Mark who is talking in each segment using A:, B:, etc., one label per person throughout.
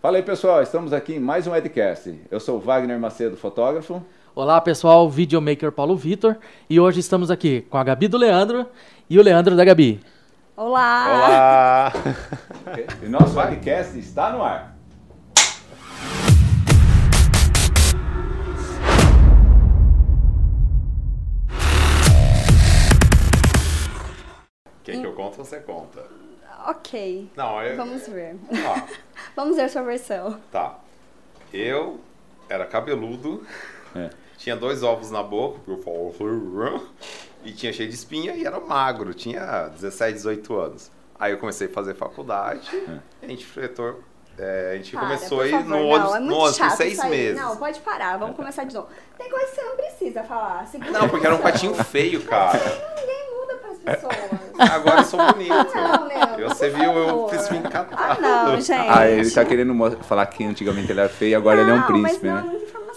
A: Fala aí pessoal, estamos aqui em mais um Edcast. Eu sou Wagner Macedo, fotógrafo.
B: Olá pessoal, videomaker Paulo Vitor e hoje estamos aqui com a Gabi do Leandro e o Leandro da Gabi.
C: Olá!
D: Olá!
A: E nosso Edcast está no ar.
D: Quem que eu conto, você conta.
C: Ok.
D: Não, eu...
C: Vamos ver.
D: Ah,
C: Vamos ver sua versão.
D: tá. Eu era cabeludo,
A: É.
D: tinha dois ovos na boca, porque eu falo... E tinha cheio de espinha e era magro, tinha 17, 18 anos. Aí eu comecei a fazer faculdade, a gente fretou... é, a gente
C: Para,
D: começou
C: por
D: aí
C: favor.
D: no ônibus,
C: Não, é
D: no
C: muito
D: ônibus por
C: chato
D: seis
C: isso aí.
D: meses.
C: Não, pode parar, vamos começar de novo. Tem coisa que você não precisa falar. Segura
D: Não, porque era um
C: a emoção.
D: patinho feio, cara.
C: Ninguém muda pras pessoas.
D: Agora eu sou bonito.
C: Não, Leandro,
D: Eu-
C: por
D: você viu, eu
C: favor.
D: fiz me encantar.
C: Ah, não, gente.
A: Ah, ele tá querendo mo- falar que antigamente ele era feio, agora ele é um
C: Não,
A: príncipe,
C: mas não,
A: né?
C: muita informação.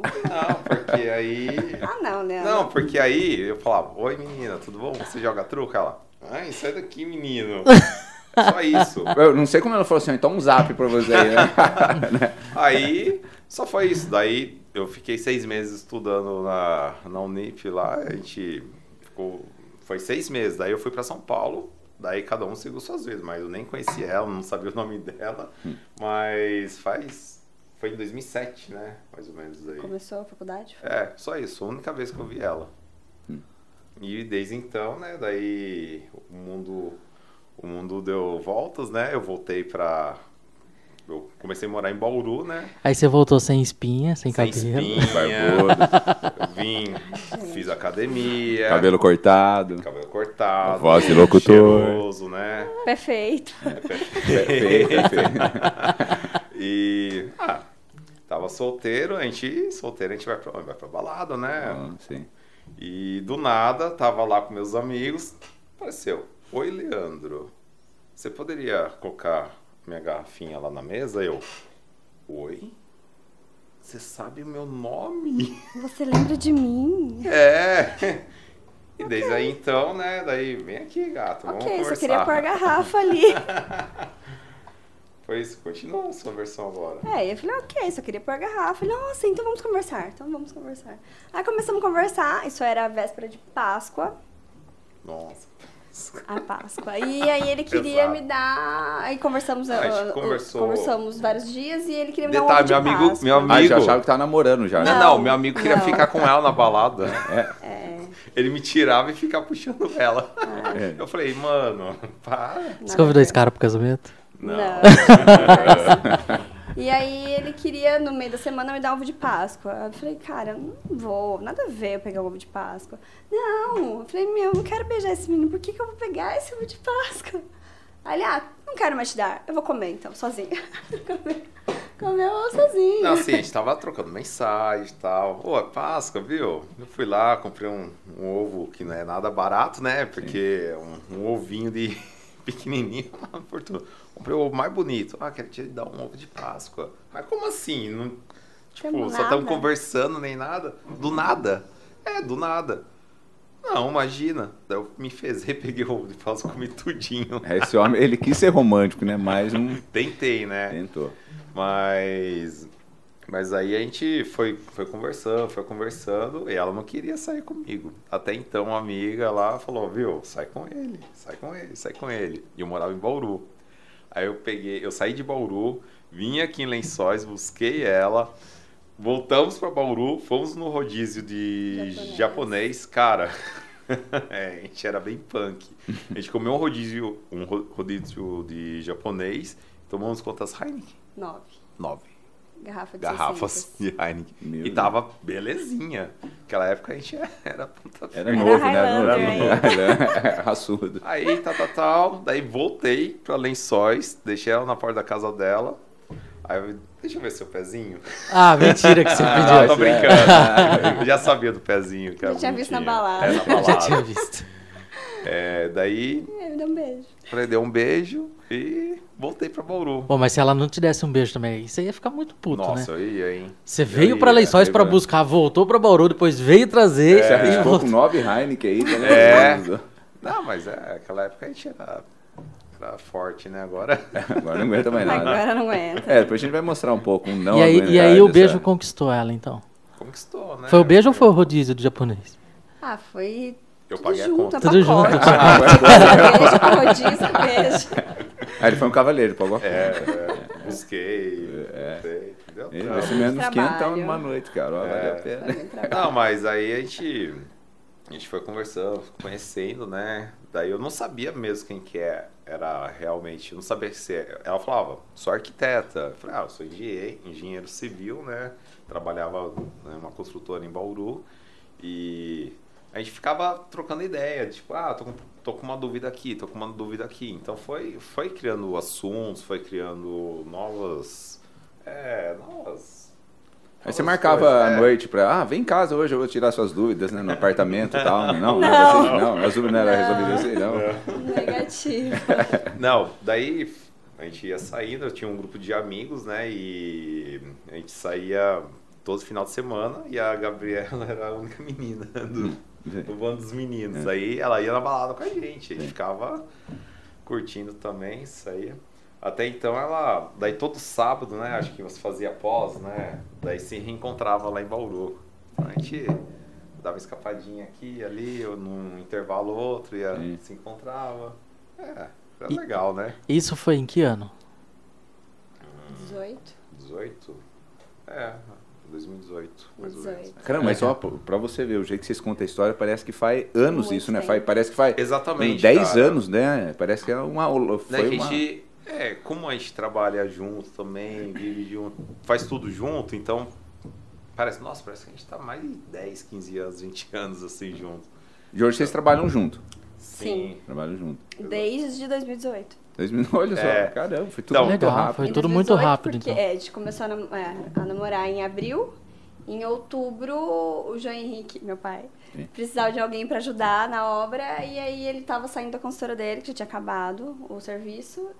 D: Não, porque aí
C: Ah, não, Leandro.
D: Não, porque aí eu falava, oi menina, tudo bom? Você joga truco? Ela, ai, sai daqui, menino. Só isso.
A: Eu não sei como ela falou assim, então um zap pra você aí, né?
D: Aí só foi isso. Daí eu fiquei seis meses estudando na, na Unip lá, a gente ficou. Foi seis meses. Daí eu fui pra São Paulo. Daí cada um seguiu suas vezes, mas eu nem conhecia ela, não sabia o nome dela. Mas faz. Foi em 2007, né? Mais ou menos aí.
C: Começou a faculdade?
D: É, só isso, a única vez que eu vi ela. E desde então, né, daí o mundo o mundo deu voltas, né? Eu voltei pra eu comecei a morar em Bauru, né?
B: Aí você voltou sem espinha, sem,
D: Sem
B: cabelo.
D: espinha.
A: Barbudo,
D: Eu vim, fiz academia,
A: cabelo
D: cabelo,
A: cortado.
D: cortado, né,
A: Voz de locutor.
D: cheiroso, né?
C: Perfeito.
A: Perfeito, perfeito.
D: E ah, tava solteiro, a gente solteiro a gente vai pra, vai pra balada, né?
A: Ah, sim.
D: E do nada, tava lá com meus amigos, apareceu. Oi, Leandro. Você poderia colocar minha garrafinha lá na mesa? Eu. Oi? Você sabe o meu nome?
C: Você lembra de mim?
D: É. E desde aí então, né? Daí, vem aqui, gato, vamos
C: ok,
D: conversar.
C: só queria pôr a garrafa ali.
D: Foi isso, continua a sua versão agora.
C: É, eu falei, ok, só queria pôr a garrafa. Ele, nossa, então vamos conversar, então vamos conversar. Aí começamos a conversar, isso era a véspera de Páscoa,
D: Nossa.
C: a Páscoa. E aí ele queria
D: Exato.
C: me dar... Aí conversamos...
D: A gente
C: uh, uh,
D: conversou.
C: Conversamos vários dias e ele queria me
D: Detalhe,
C: dar um ovo de
D: meu amigo-
C: Páscoa.
D: meu ami-
A: Ah, já
D: Amigo.
A: acharam que tava namorando já, né?
D: Não,
C: Não,
D: não, meu amigo queria
C: não.
D: ficar com ela na balada.
C: É,
D: Ele me tirava e ficava puxando ela.
A: É.
D: Eu falei, mano, para.
B: Você convidou esse cara pro casamento?
C: não.
D: Não.
C: e aí ele queria, no meio da semana, me dar ovo de Páscoa. Eu falei, cara, não vou, nada a ver eu pegar ovo de Páscoa. Não, eu falei, meu, eu não quero beijar esse menino, por que, que eu vou pegar esse ovo de Páscoa? Aí ele, ah, não quero mais te dar, eu vou comer então, sozinho. Comeu ovo sozinho.
D: Não, assim, a gente tava trocando mensagem e tal. Pô, é Páscoa, viu? Eu fui lá, comprei um, um ovo que não é nada barato, né? Porque um, um ovinho de pequenininho é uma fortuna. Comprei o ovo mais bonito. Ah, quero te dar um ovo de Páscoa. Mas como assim? Não- tipo,
C: Temos
D: só estamos
C: nada.
D: conversando nem nada? Do nada? É, do nada. Não, imagina. Daí eu me fez, peguei o ovo de Páscoa e comi tudinho.
A: É, Esse homem, ele quis ser romântico, né? Mas não
D: Tentei,
C: É.
D: né?
A: tentou.
D: Mas. Mas aí a gente foi, foi conversando, foi conversando, e ela não queria sair comigo. Até então a amiga lá falou, viu, sai com ele, sai com ele, sai com ele. E eu morava em Bauru. Aí eu peguei, eu saí de Bauru, vim aqui em Lençóis, busquei ela, voltamos para Bauru, fomos no rodízio de
C: Japonês.
D: japonês, cara. é, a gente era bem punk. A gente comeu um rodízio, um ro- rodízio de japonês, tomamos quantas Heineken?
C: Nove.
D: Nove
C: Garrafa de
D: garrafas
C: 600.
D: de Heineken.
A: Meu
D: e tava belezinha. Naquela época a gente era puta
A: Era
D: feia.
A: novo, né?
C: Highlander
A: Era novo. Raçudo.
D: Aí, tal, tal, tal. Daí voltei pra Lençóis, deixei ela na porta da casa dela. Aí eu, deixa eu ver seu pezinho.
B: Ah, mentira que você
D: Ah, tô
B: pediu. é.
D: brincando. Eu já sabia do pezinho, cara.
C: Já tinha visto na balada.
D: É, na
B: Eu já tinha
D: balada.
B: visto.
D: É, daí,
C: E aí me deu um beijo.
D: falei, dei um beijo e voltei pra Bauru.
B: Bom, mas se ela não te desse um beijo também, você ia ficar muito puto, né?
D: Nossa, eu ia, hein?
B: Você
D: Eu
B: veio
D: ia,
B: pra Lençóis
D: eu
B: pra
D: ia.
B: buscar, voltou pra Bauru, depois veio trazer.
A: Se
B: e
A: arriscou
B: voltou.
A: com nove Heineken aí, tá
D: É.
A: ligado?
D: Não, mas é, aquela época a gente era Tá forte, né? Agora.
B: É.
A: Agora não aguenta
D: É,
A: mais nada.
C: Agora não aguenta.
A: É, depois a gente vai mostrar um pouco um não
B: e aí, e aí
A: aguentar
B: o
A: dessa-
D: é.
B: beijo conquistou ela, então.
D: Conquistou, né?
B: Foi o beijo ou foi o rodízio de japonês?
C: Ah, foi
D: Eu
C: tudo
D: paguei a
C: junto,
D: conta.
C: é
B: Tudo junto.
C: pacote. Beijo, rodízio, beijo.
A: Aí ele foi um cavaleiro, pagou a conta.
D: É, é, busquei. não sei, deu
A: Ele
D: trampo.
A: vai ser menos
C: Trabalho.
A: quentão numa noite, cara. Ó,
D: É.
A: valeu a pena.
D: Não, mas aí a gente, a gente foi conversando, conhecendo, né? Daí eu não sabia mesmo quem que é, era realmente, eu não sabia se é- ela falava, sou arquiteta. Eu falei, ah, eu sou engenheiro, engenheiro civil, né? Trabalhava né, numa construtora em Bauru e a gente ficava trocando ideia, tipo, ah, tô com, tô com uma dúvida aqui, tô com uma dúvida aqui. Então foi, foi criando assuntos, foi criando novas, é, novas...
A: Aí você
D: novas
A: marcava
D: coisas,
A: a
D: é.
A: noite pra, ah, vem em casa hoje, eu vou tirar suas dúvidas, né, no apartamento e tal. Não, não,
C: Não.
A: você- não, as dúvidas não eram resolvidas assim, não.
D: É.
C: Negativo.
D: Não, daí a gente ia saindo, eu tinha um grupo de amigos, né? E a gente saía todo final de semana e a Gabriela era a única menina do, do bando dos meninos. Aí ela ia na balada com a gente, a gente ficava curtindo também, saía. Até então ela. Daí todo sábado, né? Acho que você fazia pós, né? Daí se reencontrava lá em Bauru. Então a gente dava uma escapadinha aqui e ali, ou num intervalo ou outro, ia,
A: Sim.
D: se encontrava. É, era
B: E-
D: legal, né?
B: Isso foi em que ano?
C: 18?
D: 18? É, 2018, mais ou menos.
C: 18.
A: Caramba, mas só p- pra você ver, o jeito que vocês contam a história, parece que faz anos
C: Muito
A: isso, né?
C: tempo.
A: Faz, parece que faz
D: Exatamente.
A: 10
D: cara.
A: anos, né? Parece que é uma...
D: Né,
A: Foi
D: que a
A: uma...
D: gente, é, como a gente trabalha junto também, vive junto, faz tudo junto, então parece, nossa, parece que a gente tá mais de 10, 15 anos, 20 anos assim junto.
A: E hoje vocês trabalham junto.
C: Sim.
A: Trabalham junto.
C: Desde 2018.
A: Dois mil- Olha só,
D: É.
A: caramba, foi tudo
D: Então,
A: muito
B: Legal,
A: rápido.
B: foi
C: Em
B: tudo muito
C: 2018,
B: rápido,
C: porque,
B: então.
C: É, a gente começou a, nam- é, a namorar em abril. Em outubro, o João Henrique, meu pai,
A: Sim.
C: precisava de alguém pra ajudar na obra. E aí ele tava saindo da consultora dele, que já tinha acabado o serviço,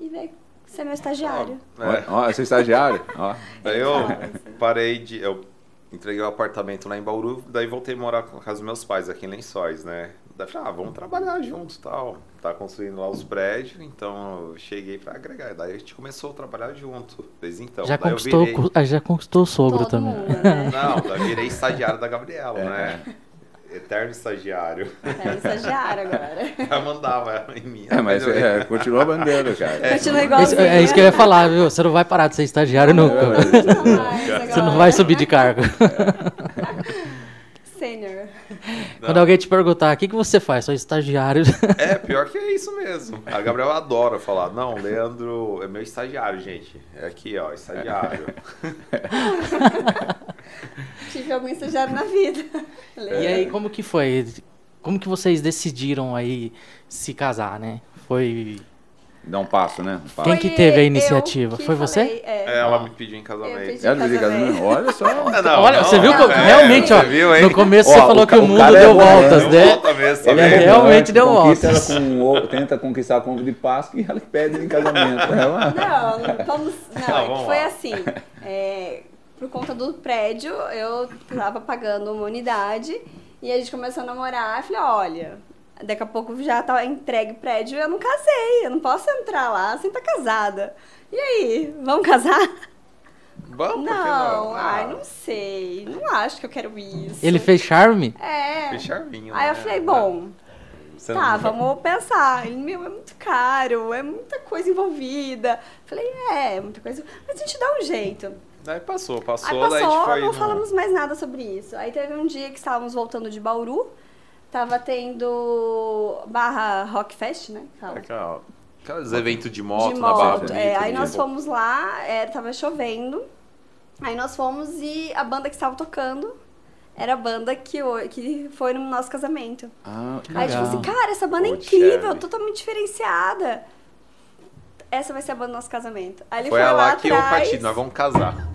C: e veio ser meu estagiário. Ah,
A: Olha,
D: É,
A: Ó, seu estagiário, ó.
D: daí Ah, É, eu parei de. Eu entreguei o apartamento lá em Bauru, daí voltei a morar com a casa dos meus pais aqui em Lençóis, né? Daí falei, ah, vamos trabalhar junto e tal. Tá construindo lá os prédios, então eu cheguei pra agregar. Daí a gente começou a trabalhar junto, desde então.
B: já,
D: daí eu
B: conquistou,
D: virei-
B: o cu- ah, já conquistou o sogro
C: Todo
B: também.
C: mundo, né?
D: Não, eu virei estagiário da
A: É.
D: Gabriela, né? Eterno estagiário.
C: É, estagiário agora.
D: Ela mandava ela em mim.
A: É, mas
D: eu-
A: é, continua mandando, cara.
C: Continua
B: Esse-
C: igualzinho.
B: é isso que eu ia falar, viu? Você não vai parar de ser estagiário nunca.
A: É,
B: Você não vai subir de cargo.
C: Sênior.
D: Não.
B: Quando alguém te perguntar, o que, que você faz? Sou estagiário.
D: É, pior que é isso mesmo. A Gabriela adora falar. Não, Leandro é meu estagiário, gente. É aqui, ó, estagiário.
C: Tive algum estagiário na vida.
B: E aí, como que foi? Como que vocês decidiram aí se casar, né? Foi.
A: Dá um passo, né? Um passo.
B: Quem que teve a iniciativa? Foi você?
C: É,
D: Ela me pediu em
C: Eu
D: casamento.
C: pedi.
A: Ela dizia,
C: Casamento.
A: né? Olha só.
D: Ah, não,
B: Olha,
D: não,
B: você viu
D: é,
B: como- realmente, ó,
D: Você viu, hein?
B: No começo
A: Ó,
B: você
A: o
B: falou
A: ca-
B: que o
A: o
B: mundo
A: cara é
B: deu
A: bom,
B: voltas,
A: né?
B: né?
D: Volta mesmo, tá
B: Ele é
D: vendo?
B: real. realmente deu
A: Conquista
B: ossos.
A: ela com ovo, tenta conquistar com ovo de Páscoa e ela que pede em casamento. É uma-
C: Não, não vamos. Não,
D: Não,
C: é que
D: vamos
C: foi
D: lá.
C: assim. é, por conta do prédio, eu tava pagando uma unidade e a gente começou a namorar. Eu falei, olha, daqui a pouco já tá entregue o prédio eu não casei, eu não posso entrar lá sem estar casada. E aí, vamos casar?
D: Vamos, por que
C: Não,
D: não? Ah."
C: ai, não sei. Não acho que eu quero isso.
B: Ele fez charme?
C: É.
D: Fez charminho,
C: Aí eu
D: né?
C: falei, bom,
D: Você
C: tá,
D: não-
C: vamos pensar. Ele, meu, é muito caro, é muita coisa envolvida. Falei, é, muita coisa. Mas a gente dá um jeito.
D: Daí passou, passou,
C: Aí
D: daí a gente
C: passou,
D: foi.
C: não
D: no-
C: falamos mais nada sobre isso. Aí teve um dia que estávamos voltando de Bauru, tava tendo barra Rock Fest, né? que fala?
D: Aquela- Aqueles eventos de É, moto,
C: de
D: na Barra
C: moto.
D: Bonita,
C: é, aí
D: de-
C: nós fomos lá, é, tava chovendo. Aí nós fomos e a banda que estava tocando era a banda que, o- que foi no nosso casamento.
A: Ah,
B: Que
C: Aí
B: legal.
C: tipo assim, cara, essa banda é
D: Putz,
C: incrível,
D: chave.
C: totalmente diferenciada. Essa vai ser a banda do nosso casamento. Aí ele
D: Foi
C: foi
D: ela
C: lá
D: que eu
C: atrás.
D: parti, nós vamos casar.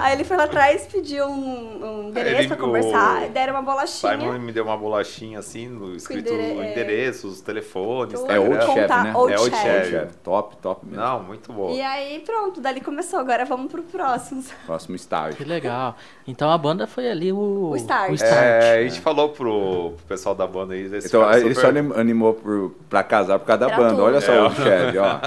C: Aí ele foi lá atrás, pediu um, um endereço
D: Ele-
C: pra conversar,
D: o-
C: e deram uma bolachinha.
D: Simon me deu uma bolachinha assim, no, escrito
C: endere-
D: o
C: é.
D: endereço, os telefones.
C: Tudo.
A: É old
D: Instagram.
C: Conta-
A: chef, né?
C: Old
A: é
C: Chef.
A: chef. Top, top mesmo.
D: Não, muito bom.
C: E é aí, pronto, dali começou. Agora vamos pro próximo. sabe?
A: Próximo
B: Que
A: estágio.
B: legal. Então a banda foi ali o.
C: O start.
D: É, a
B: né?
D: gente falou pro, pro pessoal da banda aí. eles
A: Então,
B: é,
D: ficaram
A: ele
D: super-
A: só anim- animou pro- pra casar por causa da
C: Pra
A: banda.
C: tudo.
A: Olha só
D: É.
A: o chefe, ó.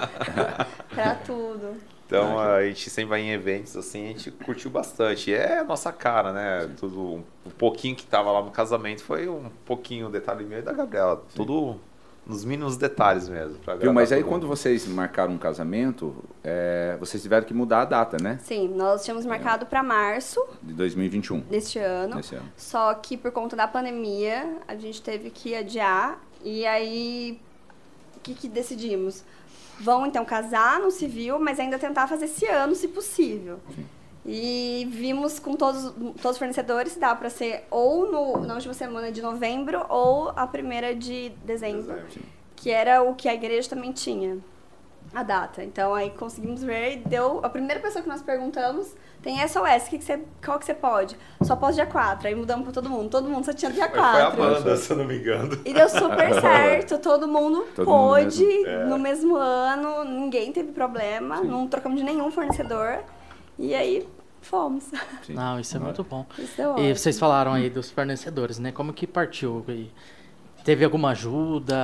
C: Pra tudo.
D: Então
A: Ah,
D: a gente sempre vai em eventos assim, a gente curtiu bastante. É a nossa cara, né? Tudo, um- o pouquinho que tava lá no casamento foi um pouquinho o detalhe meu e da Gabriela. Tudo nos mínimos detalhes mesmo. pra
A: Viu,
D: agradar
A: mas aí
D: todo
A: quando
D: mundo.
A: vocês marcaram um casamento, é, vocês tiveram que mudar a data, né?
C: Sim, nós tínhamos marcado pra março
A: De 2021.
C: deste ano.
A: Nesse ano.
C: Só que por conta da pandemia, a gente teve que adiar. E aí, o que, que decidimos? Vão então casar no civil, mas ainda tentar fazer esse ano, se possível. E vimos com todos, todos os fornecedores se dá para ser ou no, na última semana de novembro ou a primeira de dezembro que era o que a igreja também tinha a data. Então aí conseguimos ver e deu. A primeira pessoa que nós perguntamos tem SOS, que que você, qual que você pode? Só posso dia 4. Aí mudamos pra todo mundo. Todo mundo só tinha dia
D: Foi, foi a
C: 4.
D: banda, se eu não me engano.
C: E deu super certo, todo mundo
A: Todo mundo
C: pôde no mesmo É. ano, ninguém teve problema, não trocamos de nenhum fornecedor. E aí fomos.
A: Sim.
B: Não, isso é
A: Não é?
B: muito bom.
C: Isso deu
B: E
C: ótimo.
B: vocês falaram aí dos fornecedores, né? Como que partiu? E teve alguma ajuda?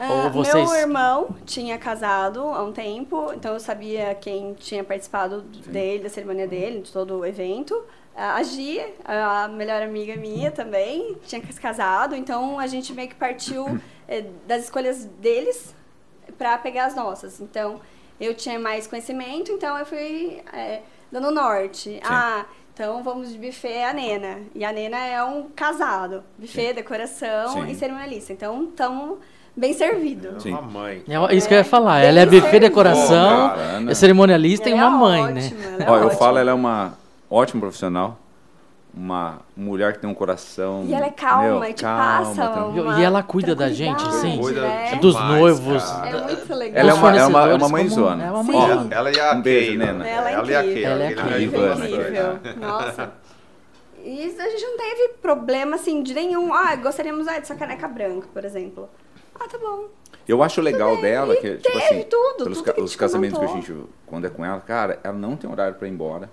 C: Ah,
B: Ou vocês.
C: Meu irmão tinha casado há um tempo, então eu sabia quem tinha participado dele, da cerimônia dele, de todo o evento. Ah, A Gi, a melhor amiga minha também, tinha se casado, então a gente meio que partiu eh, das escolhas deles para pegar as nossas. Então eu tinha mais conhecimento, então eu fui eh, dando norte. Ah, então vamos de buffet a Nena. E a Nena é um casado. Buffet, decoração
A: Sim.
C: e cerimonialista. Então estamos bem servidos.
A: Sim.
D: Uma mãe.
B: É isso que eu ia falar.
C: É,
B: Ela é
C: bem
B: buffet
A: Bom,
B: decoração,
A: cara, Ana.
B: é cerimonialista e
C: Ela
B: uma
C: é
B: mãe,
C: ótima,
B: né?
C: ela é
A: Ó, eu
C: ótima.
A: falo, ela é uma ótima profissional. Uma mulher que tem um coração.
C: E ela é calma
A: meu,
C: e te
A: calma,
C: passa.
A: tranquila.
C: uma
B: E ela cuida da gente,
C: tranquilidade,
B: sim.
D: Cuida
C: né?
B: Dos
D: demais,
B: noivos.
D: cara.
C: É muito legal.
A: Ela é
B: Os
A: uma, é uma, é
B: fornecedores
A: uma
B: como-
A: mãezona.
B: é uma
A: Ó,
C: mãezona.
D: Ela e a
A: Um beijo,
D: Keila.
A: Nena.
C: Ela é
D: e a
C: incrível.
D: Keila.
B: Ela é
D: Keila
C: Ela é
D: me
A: incrível.
D: ajudou
C: incrível.
D: bastante.
C: Nossa. E isso a gente não teve problema, assim, de nenhum. Ah, gostaríamos ah, dessa caneca branca, por exemplo. Ah, tá bom.
A: Eu acho legal dela
C: E
A: que, tipo
C: teve
A: assim,
C: tudo,
A: pelos
C: tudo
A: ca-
C: que a
A: os
C: gente
A: casamentos que a
C: comentou.
A: gente, quando é com ela, cara, ela não tem horário pra ir embora.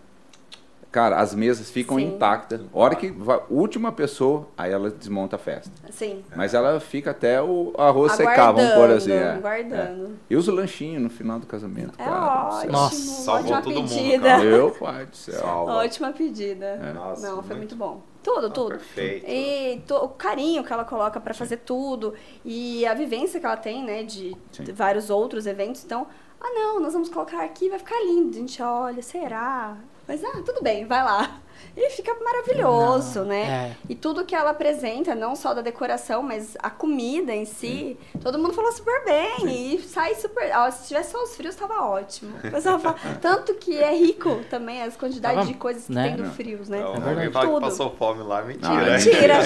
A: Cara, as mesas ficam
C: Sim.
A: intactas. Hora que vai, última pessoa, aí ela desmonta a festa.
C: Assim.
A: Mas ela fica até o arroz secar,
C: aguardando,
A: vamos pôr assim. É.
C: aguardando.
A: E os lanchinhos no final do casamento,
C: É,
A: cara. do
C: ótimo.
A: céu.
B: Nossa,
D: salvou
C: ótima
D: todo mundo,
C: pedida.
D: cara.
A: Meu pai do céu.
D: Salva.
C: Ótima pedida.
A: É.
D: Nossa,
C: não, foi
D: né? muito-
C: muito, bom. Tudo,
D: Ah,
C: tudo.
D: perfeito.
C: E to- o carinho que ela coloca pra fazer tudo e a vivência que ela tem, né, de,
A: Sim.
C: de vários outros eventos. Então, ah, não, nós vamos colocar aqui, vai ficar lindo. A gente olha, será? Mas ah, tudo bem, vai lá. E fica maravilhoso,
B: Não, É.
C: né? E tudo que ela apresenta, não só da decoração, mas a comida em si, todo mundo falou super bem e sai super. ah, se tivesse só os frios, tava ótimo. Mas ela fala, tanto que é rico também as quantidades
B: Tava,
C: de coisas que
B: né?
C: tem do
A: Não.
C: frios, né?
D: Não, Então,
B: É
D: alguém
B: verdade.
D: fala que
C: Tudo.
D: passou fome lá, mentira. né?
A: Não, é
C: Mentira,
A: mentira, é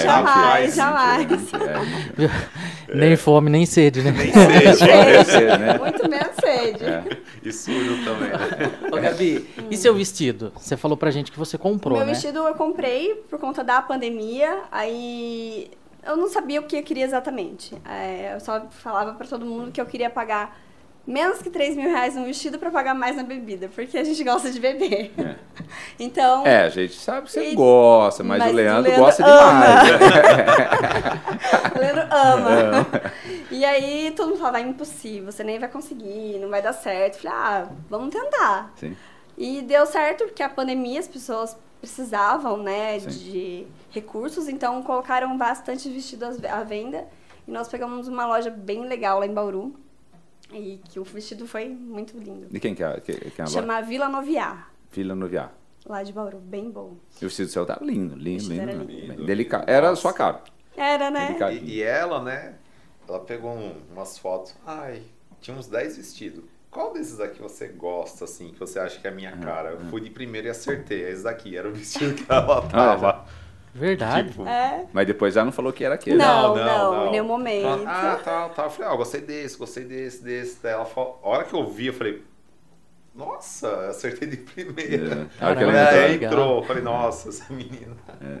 A: mentira,
C: jamais,
A: é
C: jamais.
A: mentira, é mentira.
B: Nem fome, nem sede, né?
A: É, Deve ser, né? É.
C: Muito menos sede.
D: E sujo também. né?
B: Ô, Gabi, e seu vestido? Você falou pra gente que você comprou,
C: Meu
B: né?
C: vestido eu comprei por conta da pandemia, aí eu não sabia o que eu queria exatamente. É, eu só falava pra todo mundo que eu queria pagar menos que 3 mil reais no vestido pra pagar mais na bebida, porque a gente gosta de beber.
A: É.
C: Então,
A: É, a gente sabe que você
C: E-
A: gosta, mas,
C: mas
A: o
C: o
A: Leandro,
C: Leandro
A: gosta
C: ama.
A: demais.
C: o Leandro
A: É.
C: ama. E aí todo mundo falava, é impossível, você nem vai conseguir, não vai dar certo. Eu falei, ah, vamos tentar.
A: Sim.
C: E deu certo porque a pandemia as pessoas precisavam, né,
A: Sim.
C: de recursos, então colocaram bastante vestidos à venda e nós pegamos uma loja bem legal lá em Bauru e que o vestido foi muito lindo.
A: De quem que é, que, que é a Chama...
C: Chama Vila Noviá,
A: Filha no Viá.
C: lá de Bauru, bem bom.
A: E o vestido do céu tá lindo, lindo,
C: Vestido
A: lindo.
C: era
A: lindo.
D: lindo.
A: Bem Delicado. Era a sua cara.
C: Era, né?
A: Delicado.
D: E, e ela, né? Ela pegou um- umas fotos. Ai, tinha uns 10 vestidos. Qual desses aqui você gosta, assim, que você acha que é a minha cara? Eu fui de primeiro e acertei. Esse daqui era o vestido que ela tava.
B: Verdade.
D: tipo,
C: É.
A: Mas depois ela não falou que era aquele.
C: Não,
D: Não,
C: não,
D: não, não.
C: em nenhum momento.
D: tá. Ah, tá, tá. Eu falei, ah, eu gostei desse, gostei desse, desse. Daí ela falou, a hora que eu vi, eu falei, Nossa, acertei de primeira.
A: É. Olha que
B: Caramba,
D: Ela
B: tá legal.
D: entrou. Falei, nossa, essa menina.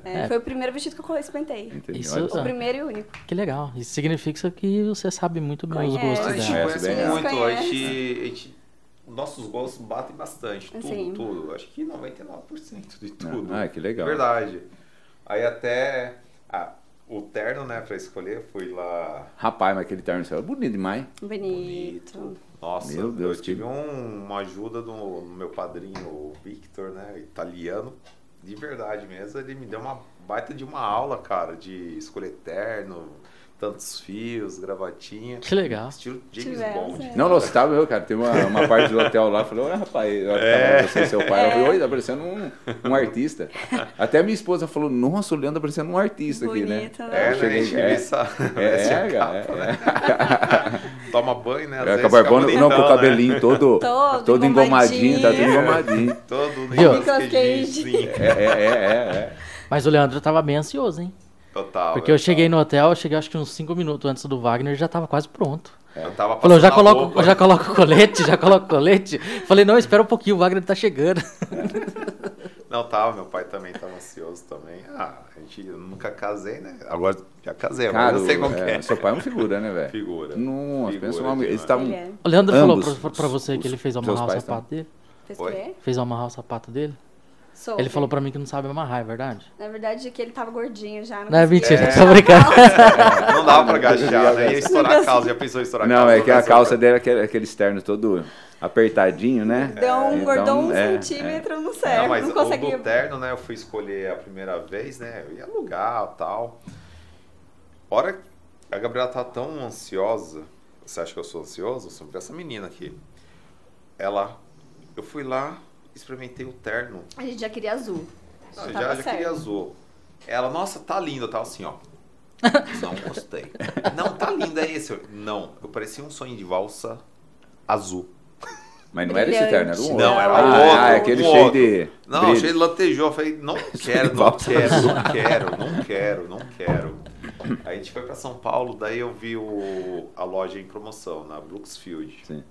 C: É,
B: É.
C: Foi o primeiro vestido que eu co- espantei.
A: Entendi.
B: Isso-
A: Olha só.
C: O primeiro e único.
B: Que legal. Isso significa que você sabe muito bem os
C: Conhece.
B: gostos
D: A gente
B: dela.
A: É.
D: conhece
A: bem.
D: muito, a
C: Conhece.
D: gente, a gente- Nossos gostos batem bastante, tudo,
C: Sim.
D: tudo. Acho que 99% de tudo. É
A: Ah, que legal.
D: Verdade. Aí até ah, o terno, né, pra escolher, fui lá.
A: Rapaz, mas aquele terno seu é bonito demais.
C: Bonito.
D: Nossa,
A: Meu Deus,
D: eu
A: que-
D: tive um- uma ajuda do meu padrinho, o Victor, né, italiano, de verdade mesmo. Ele me deu uma baita de uma aula, cara, de escolher terno, tantos fios, gravatinha.
B: Que legal.
D: Estilo James
C: Tivemos,
D: Bond.
C: é.
A: Não, não, você tava eu, cara. Tem uma, uma parte do hotel lá, falou, ah, rapaz, eu acho que
D: É.
A: tava você e seu pai. Eu
C: É.
A: falei, oi, tá parecendo um, um artista. Até minha esposa falou, nossa, o Leandro tá parecendo um artista aqui,
C: Bonito,
A: né?
C: né?
D: É,
A: Eu
D: né? A gente
A: cheguei,
D: vê
A: é,
D: essa,
A: é,
D: essa
A: é, cara,
D: capa,
A: é,
D: né? Toma banho, né? Às
A: É,
D: vezes
A: com a barbona,
D: fica
A: não, com o
D: bonitão, né?
A: cabelinho todo,
C: Todo
A: todo engomadinho, tá tudo
D: engomadinho.
A: engomadinho.
D: Todo
B: Viu? assim,
C: Nicolas Cage.
D: assim, né?
A: É, é, é, é.
B: Mas o Leandro tava bem ansioso, hein?
D: Total. é,
B: Porque eu cheguei no hotel, eu cheguei acho que uns 5 minutos antes do Wagner e já tava quase pronto.
D: Eu tava
B: Falou, já
D: passando a
B: coloco,
D: roupa.
B: já coloco o colete, já coloco o colete. Falei, não, espera um pouquinho, o Wagner tá chegando.
D: Não, tava, meu pai também tava ansioso também. Ah, a gente eu nunca casei, né? Agora já casei, agora
A: Cara,
D: eu sei como
A: o-
D: que
A: é,
D: é.
A: seu pai é um figura, né, velho?
D: Figura.
A: Nossa, pensa um
D: Figura
A: homem. Eles
D: demais.
A: estavam.
C: Ele é.
B: O Leandro
A: Ambos,
B: falou pra, pra
A: os-
B: você que
A: os-
B: ele fez
A: seus
B: amarrar o
A: pais
B: sapato dele?
C: Fez
D: Oi?
C: o quê?
B: Fez amarrar o sapato dele?
C: Soube.
B: Ele falou pra mim que não sabe amarrar, é verdade?
C: Na verdade, é que ele tava gordinho já.
B: Não é
C: conseguia.
B: mentira, tô brincando.
D: Não dava pra agachar, né? Ia estourar a calça, já pensou em estourar a
A: Não,
D: calça?
A: é que a
D: pensou-
A: calça dele é aquele, aquele externo todo apertadinho, né?
C: Deu um
A: Então,
C: gordão um
A: é,
C: centímetro, não serve.
D: Não,
C: Não,
D: mas o
C: conseguia.
D: do terno, né? Eu fui escolher a primeira vez, né? Eu ia alugar tal. Hora que a Gabriela tá tão ansiosa. Você acha que eu sou ansioso? Eu sou essa menina aqui. Ela. Eu fui lá, experimentei o terno.
C: A gente já queria azul.
D: Não,
C: Ah, Tava
D: já, já
C: certo.
D: queria azul. Ela, nossa, tá lindo. Eu tava assim, ó. Não gostei. Não, tá lindo, é esse. Eu, não, eu parecia um sonho de valsa azul.
A: Mas não era esse terno, era um
C: Brilhante.
A: outro.
D: Não, era
A: ah,
D: outro,
A: Ah, é aquele
D: um
A: cheio
D: outro.
A: de.
D: Não,
A: brilho.
D: achei ele lantejou. Eu falei, não quero, não
A: Volta.
D: quero, não quero, não quero, não quero. Aí a gente foi pra São Paulo, daí eu vi o, a loja em promoção, na Brooksfield.
A: Sim.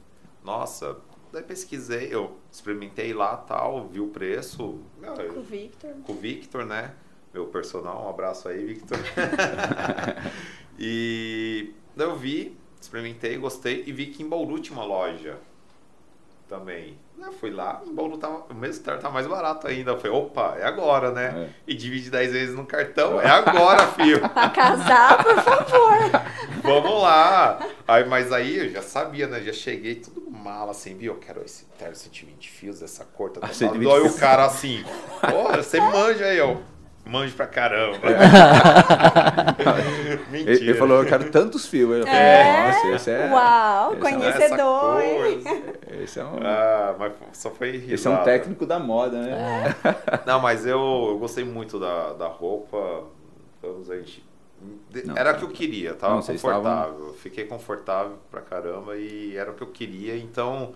D: Nossa, daí pesquisei, eu experimentei lá tal, vi o preço. Meu,
C: Com o
D: eu-
C: Victor.
D: com o Victor, né? Meu personal, um abraço aí, Victor. e daí eu vi, experimentei, gostei e vi que em Bauru tinha uma loja também. Eu fui lá, em Bauru tava, o mesmo terno tá mais barato ainda. Eu falei, opa, é agora, né? E divide 10 vezes no cartão, é agora, filho.
C: Pra casar, por favor.
D: Vamos lá! Aí, mas aí eu já sabia, né? Já cheguei tudo mala, assim, viu? Eu quero esse terno 120 fios, essa cor, tá
A: Ah,
D: tá, tá.
A: 120
D: Aí o
A: fios.
D: cara assim, porra, você manja aí, eu. Manjo pra caramba. Mentira.
A: É. Ele, ele falou, eu quero tantos fios. Eu falei,
C: É?
A: Nossa, esse é.
C: Uau,
A: essa-
D: Essa
C: conhecedor, hein?
D: cor.
A: Esse é um.
D: Ah, mas só foi
A: Esse é um
D: risada.
A: técnico da moda, né?
D: Não, mas eu, eu gostei muito da, da roupa. Vamos, a gente. de-
A: Não,
D: era o
A: tá.
D: que eu queria, tava
A: Não, vocês estavam-
D: confortável. Fiquei confortável pra caramba e era o que eu queria, então.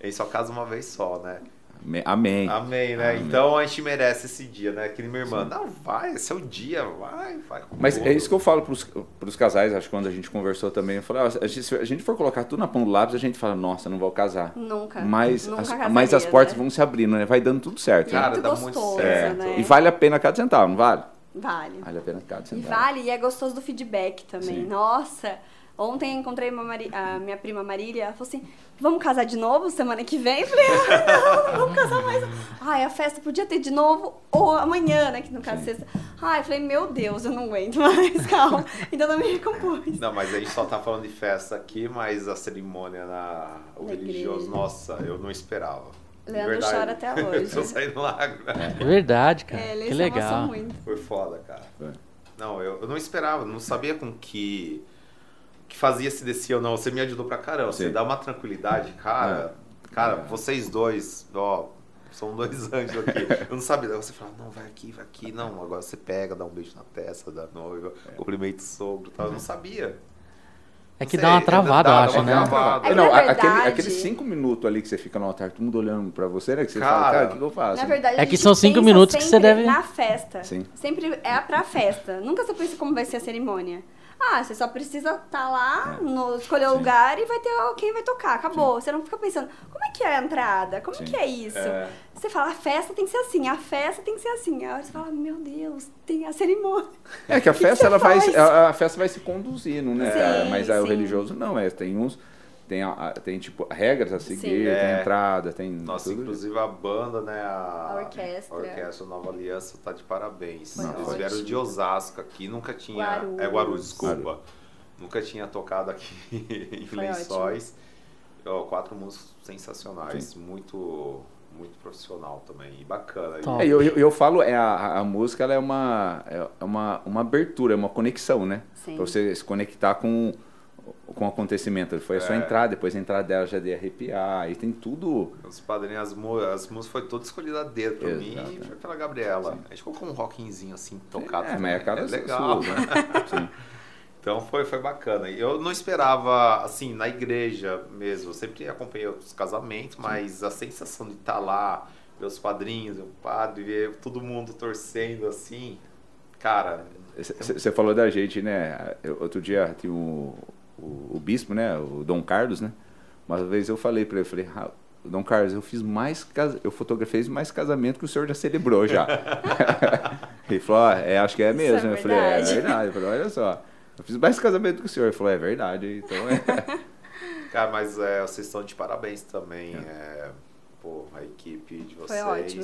D: Ele só casa uma vez só, né?
A: Me- Amém.
D: Amém, né?
A: Amém.
D: Então a gente merece esse dia, né? Que nem minha irmã. Não, vai, esse é o dia, vai, vai. com
A: Mas
D: tudo.
A: é isso que eu falo pros, pros casais, acho que quando a gente conversou também, eu falei, ah, a gente- se a gente for colocar tudo na pão do lápis, a gente fala, nossa, não vou casar.
C: Nunca.
A: Mas,
C: nunca
A: as,
C: casaria,
A: mas as portas
C: né?
A: vão se abrindo, né? Vai dando tudo certo. né? É.
D: Cara,
C: muito
D: dá
C: gostoso,
D: muito certo.
C: né?
A: E vale a pena cada centavo, não vale?
C: Vale.
A: Vale a pena cada
C: E
A: centavo.
C: vale, e é gostoso do feedback também.
A: Sim.
C: Nossa, ontem eu encontrei uma Mari- a minha prima Marília, ela falou assim, vamos casar de novo semana que vem? Eu falei, ah, não, vamos casar mais. Ai, a festa podia ter de novo ou amanhã, né, que no caso sexta. Ai, eu falei, meu Deus, eu não aguento mais, calma. Ainda não me recompus.
D: Não, mas a gente só tá falando de festa aqui, mas a cerimônia na. O
C: Na
D: religioso,
C: igreja.
D: nossa, eu não esperava. De
C: Leandro
D: verdade.
C: chora até
D: Eu tô
C: hoje.
D: saindo lá agora.
B: Verdade, cara.
C: É, ele
B: que
C: se
B: legal.
C: emocionou muito.
D: Foi foda, cara.
A: Foi.
D: Não, eu, eu não esperava, não sabia com que que fazia se descia ou não. Você me ajudou pra caramba. Você
A: Sim. É.
D: dá uma tranquilidade, cara. Cara, vocês dois, ó, são dois anjos aqui. Eu não sabia. Daí você fala, não, vai aqui, vai aqui. Não, agora você pega, dá um beijo na testa da noiva,
A: É.
D: cumprimenta o sogro e tal. Eu não sabia.
B: É que
D: Não
B: dá uma
D: sei,
B: travada,
D: dá-
B: eu
D: dá
B: acho,
D: uma
B: né?
D: travada.
C: É que
A: não,
C: na
A: a-
C: verdade-
A: aquele, aqueles cinco minutos ali que você fica no altar, todo mundo olhando pra você, né? Que você fala,
D: Cara.
A: cara, o que, que eu faço?
C: Na verdade, a
B: É que
C: gente
B: são cinco
C: pensa
B: minutos que você
C: sempre
B: deve-
C: Na festa.
A: Sim.
C: Sempre é pra festa. Nunca você pensa como vai ser a cerimônia. Ah, você só precisa estar
A: É.
C: lá, no- escolher o lugar e vai ter o- quem vai tocar. Acabou. Você não fica pensando, como é que é a entrada? Como
A: Sim.
C: que é isso?
D: É.
C: Você fala, a festa tem que ser assim, a festa tem que ser assim. Aí você fala, meu Deus, tem a cerimônia.
A: É que a
C: O que que
A: festa
C: você
A: ela vai,
C: faz?
A: a, a festa vai se conduzindo, né?
C: Sim,
A: cara? Mas aí o
C: sim.
A: religioso não, é, tem uns tem a- a- tem tipo regras a seguir,
C: Sim.
A: tem
D: É.
A: entrada, tem
D: Nossa,
A: tudo.
D: inclusive a banda, né? A,
A: Ah,
C: A orquestra.
D: a orquestra Nova Aliança tá de parabéns.
C: Nossa.
D: Eles vieram de Osasco aqui, nunca tinha.
C: Guarulhos.
D: É Guarulhos, desculpa. Nunca tinha tocado aqui em
C: Foi
D: Lençóis. Ó, quatro músicos sensacionais. Muito, muito profissional também. E bacana.
B: Top.
A: É, eu, eu, eu falo, é, a, a música ela é, uma, é uma, uma abertura, é uma conexão, né?
C: Sim.
A: Pra você se conectar com, com o acontecimento. Foi a sua
D: É.
A: entrada, depois a entrada dela já de arrepiar, e tem tudo.
D: Os padrinhos, as, mu- as músicas foi toda escolhida a dedo pra
A: Exato,
D: mim e
A: é.
D: foi pela Gabriela. A gente colocou um rockinzinho assim tocado.
A: é, mas é a
D: também.
A: cada
D: legal.
A: sua, né? Sim.
D: Então foi, foi bacana. Eu não esperava, assim, na igreja mesmo. Eu sempre acompanhei os casamentos, mas a sensação de estar lá, ver os padrinhos, o padre, ver todo mundo torcendo assim. Cara,
A: Você falou da gente, né? Eu- outro dia tinha o, o, o bispo, né? O Dom Carlos, né? Uma vez eu falei pra ele, eu falei, "Ra- Dom Carlos, eu fiz mais casa, eu fotografei mais casamento que o senhor já celebrou já. ele falou, "Ah, é, acho que é
C: Isso é
A: mesmo. eu falei, é
C: verdade."
A: verdade. Eu falei, olha só, eu fiz mais casamento que o senhor. Ele falou, é verdade. Então é.
D: cara, mas é, vocês estão de parabéns também. é, pô, a equipe de
C: Foi
D: vocês.
C: ótimo.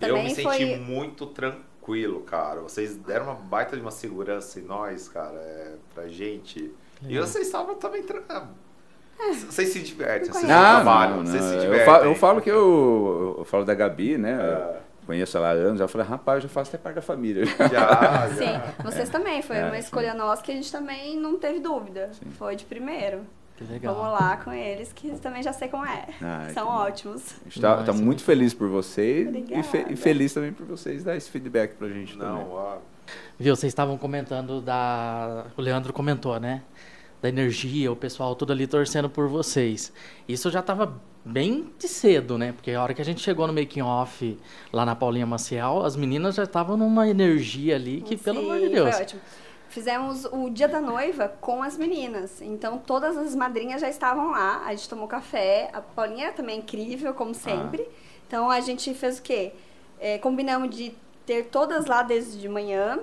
D: Eu
C: Também
D: me senti
C: foi-
D: muito tranquilo, cara. Vocês deram uma baita de uma segurança em nós, cara, é, pra gente. E vocês estavam também. Tra... ah, Vocês se
C: É.
D: divertem,
C: Não
D: vocês
C: conheço.
D: não
C: Não,
D: trabalham, vocês se divertem.
A: Eu falo, eu falo que eu, eu falo da Gabi, né?
D: É.
A: Conheço ela há anos. Eu falei, rapaz, eu faço até parte da família.
D: Já,
C: Sim,
D: já.
C: vocês também. Foi
A: Ah, É,
C: uma
A: sim.
C: escolha nossa que a gente também não teve dúvida. Foi de primeiro.
B: Que legal.
C: Vamos lá com eles, que eles também já sei como é.
A: Ai,
C: São
A: que bom.
C: ótimos.
A: A gente tá,
B: Demais,
A: tá
B: né?
A: muito feliz por vocês e, fe-
C: Obrigada.
A: e feliz também por vocês dar esse feedback pra gente também.
D: Não, ó.
B: Viu, vocês estavam comentando da. O Leandro comentou, né? Da energia, o pessoal tudo ali torcendo por vocês. Isso já tava bem de cedo, né? Porque a hora que a gente chegou no making off lá na Paulinha Maciel, as meninas já estavam numa energia ali que, pelo
C: Sim,
B: amor de Deus.
C: Foi ótimo. Fizemos o dia da noiva com as meninas. Então todas as madrinhas já estavam lá. A gente tomou café. A Paulinha também é incrível,
B: Ah.
C: como sempre. Então a gente fez o quê? É, combinamos de ter todas lá desde de manhã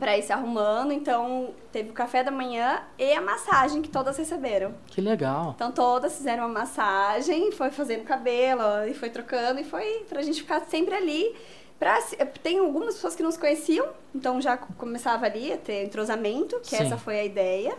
C: para ir se arrumando. Então teve o café da manhã e a massagem que todas receberam.
B: Que legal.
C: Então todas fizeram uma massagem, foi fazendo cabelo ó, e foi trocando e foi pra gente ficar sempre ali. Pra, se- eh, tem algumas pessoas que não se conheciam, então já co- começava ali a ter entrosamento, que
B: Sim.
C: essa foi a ideia.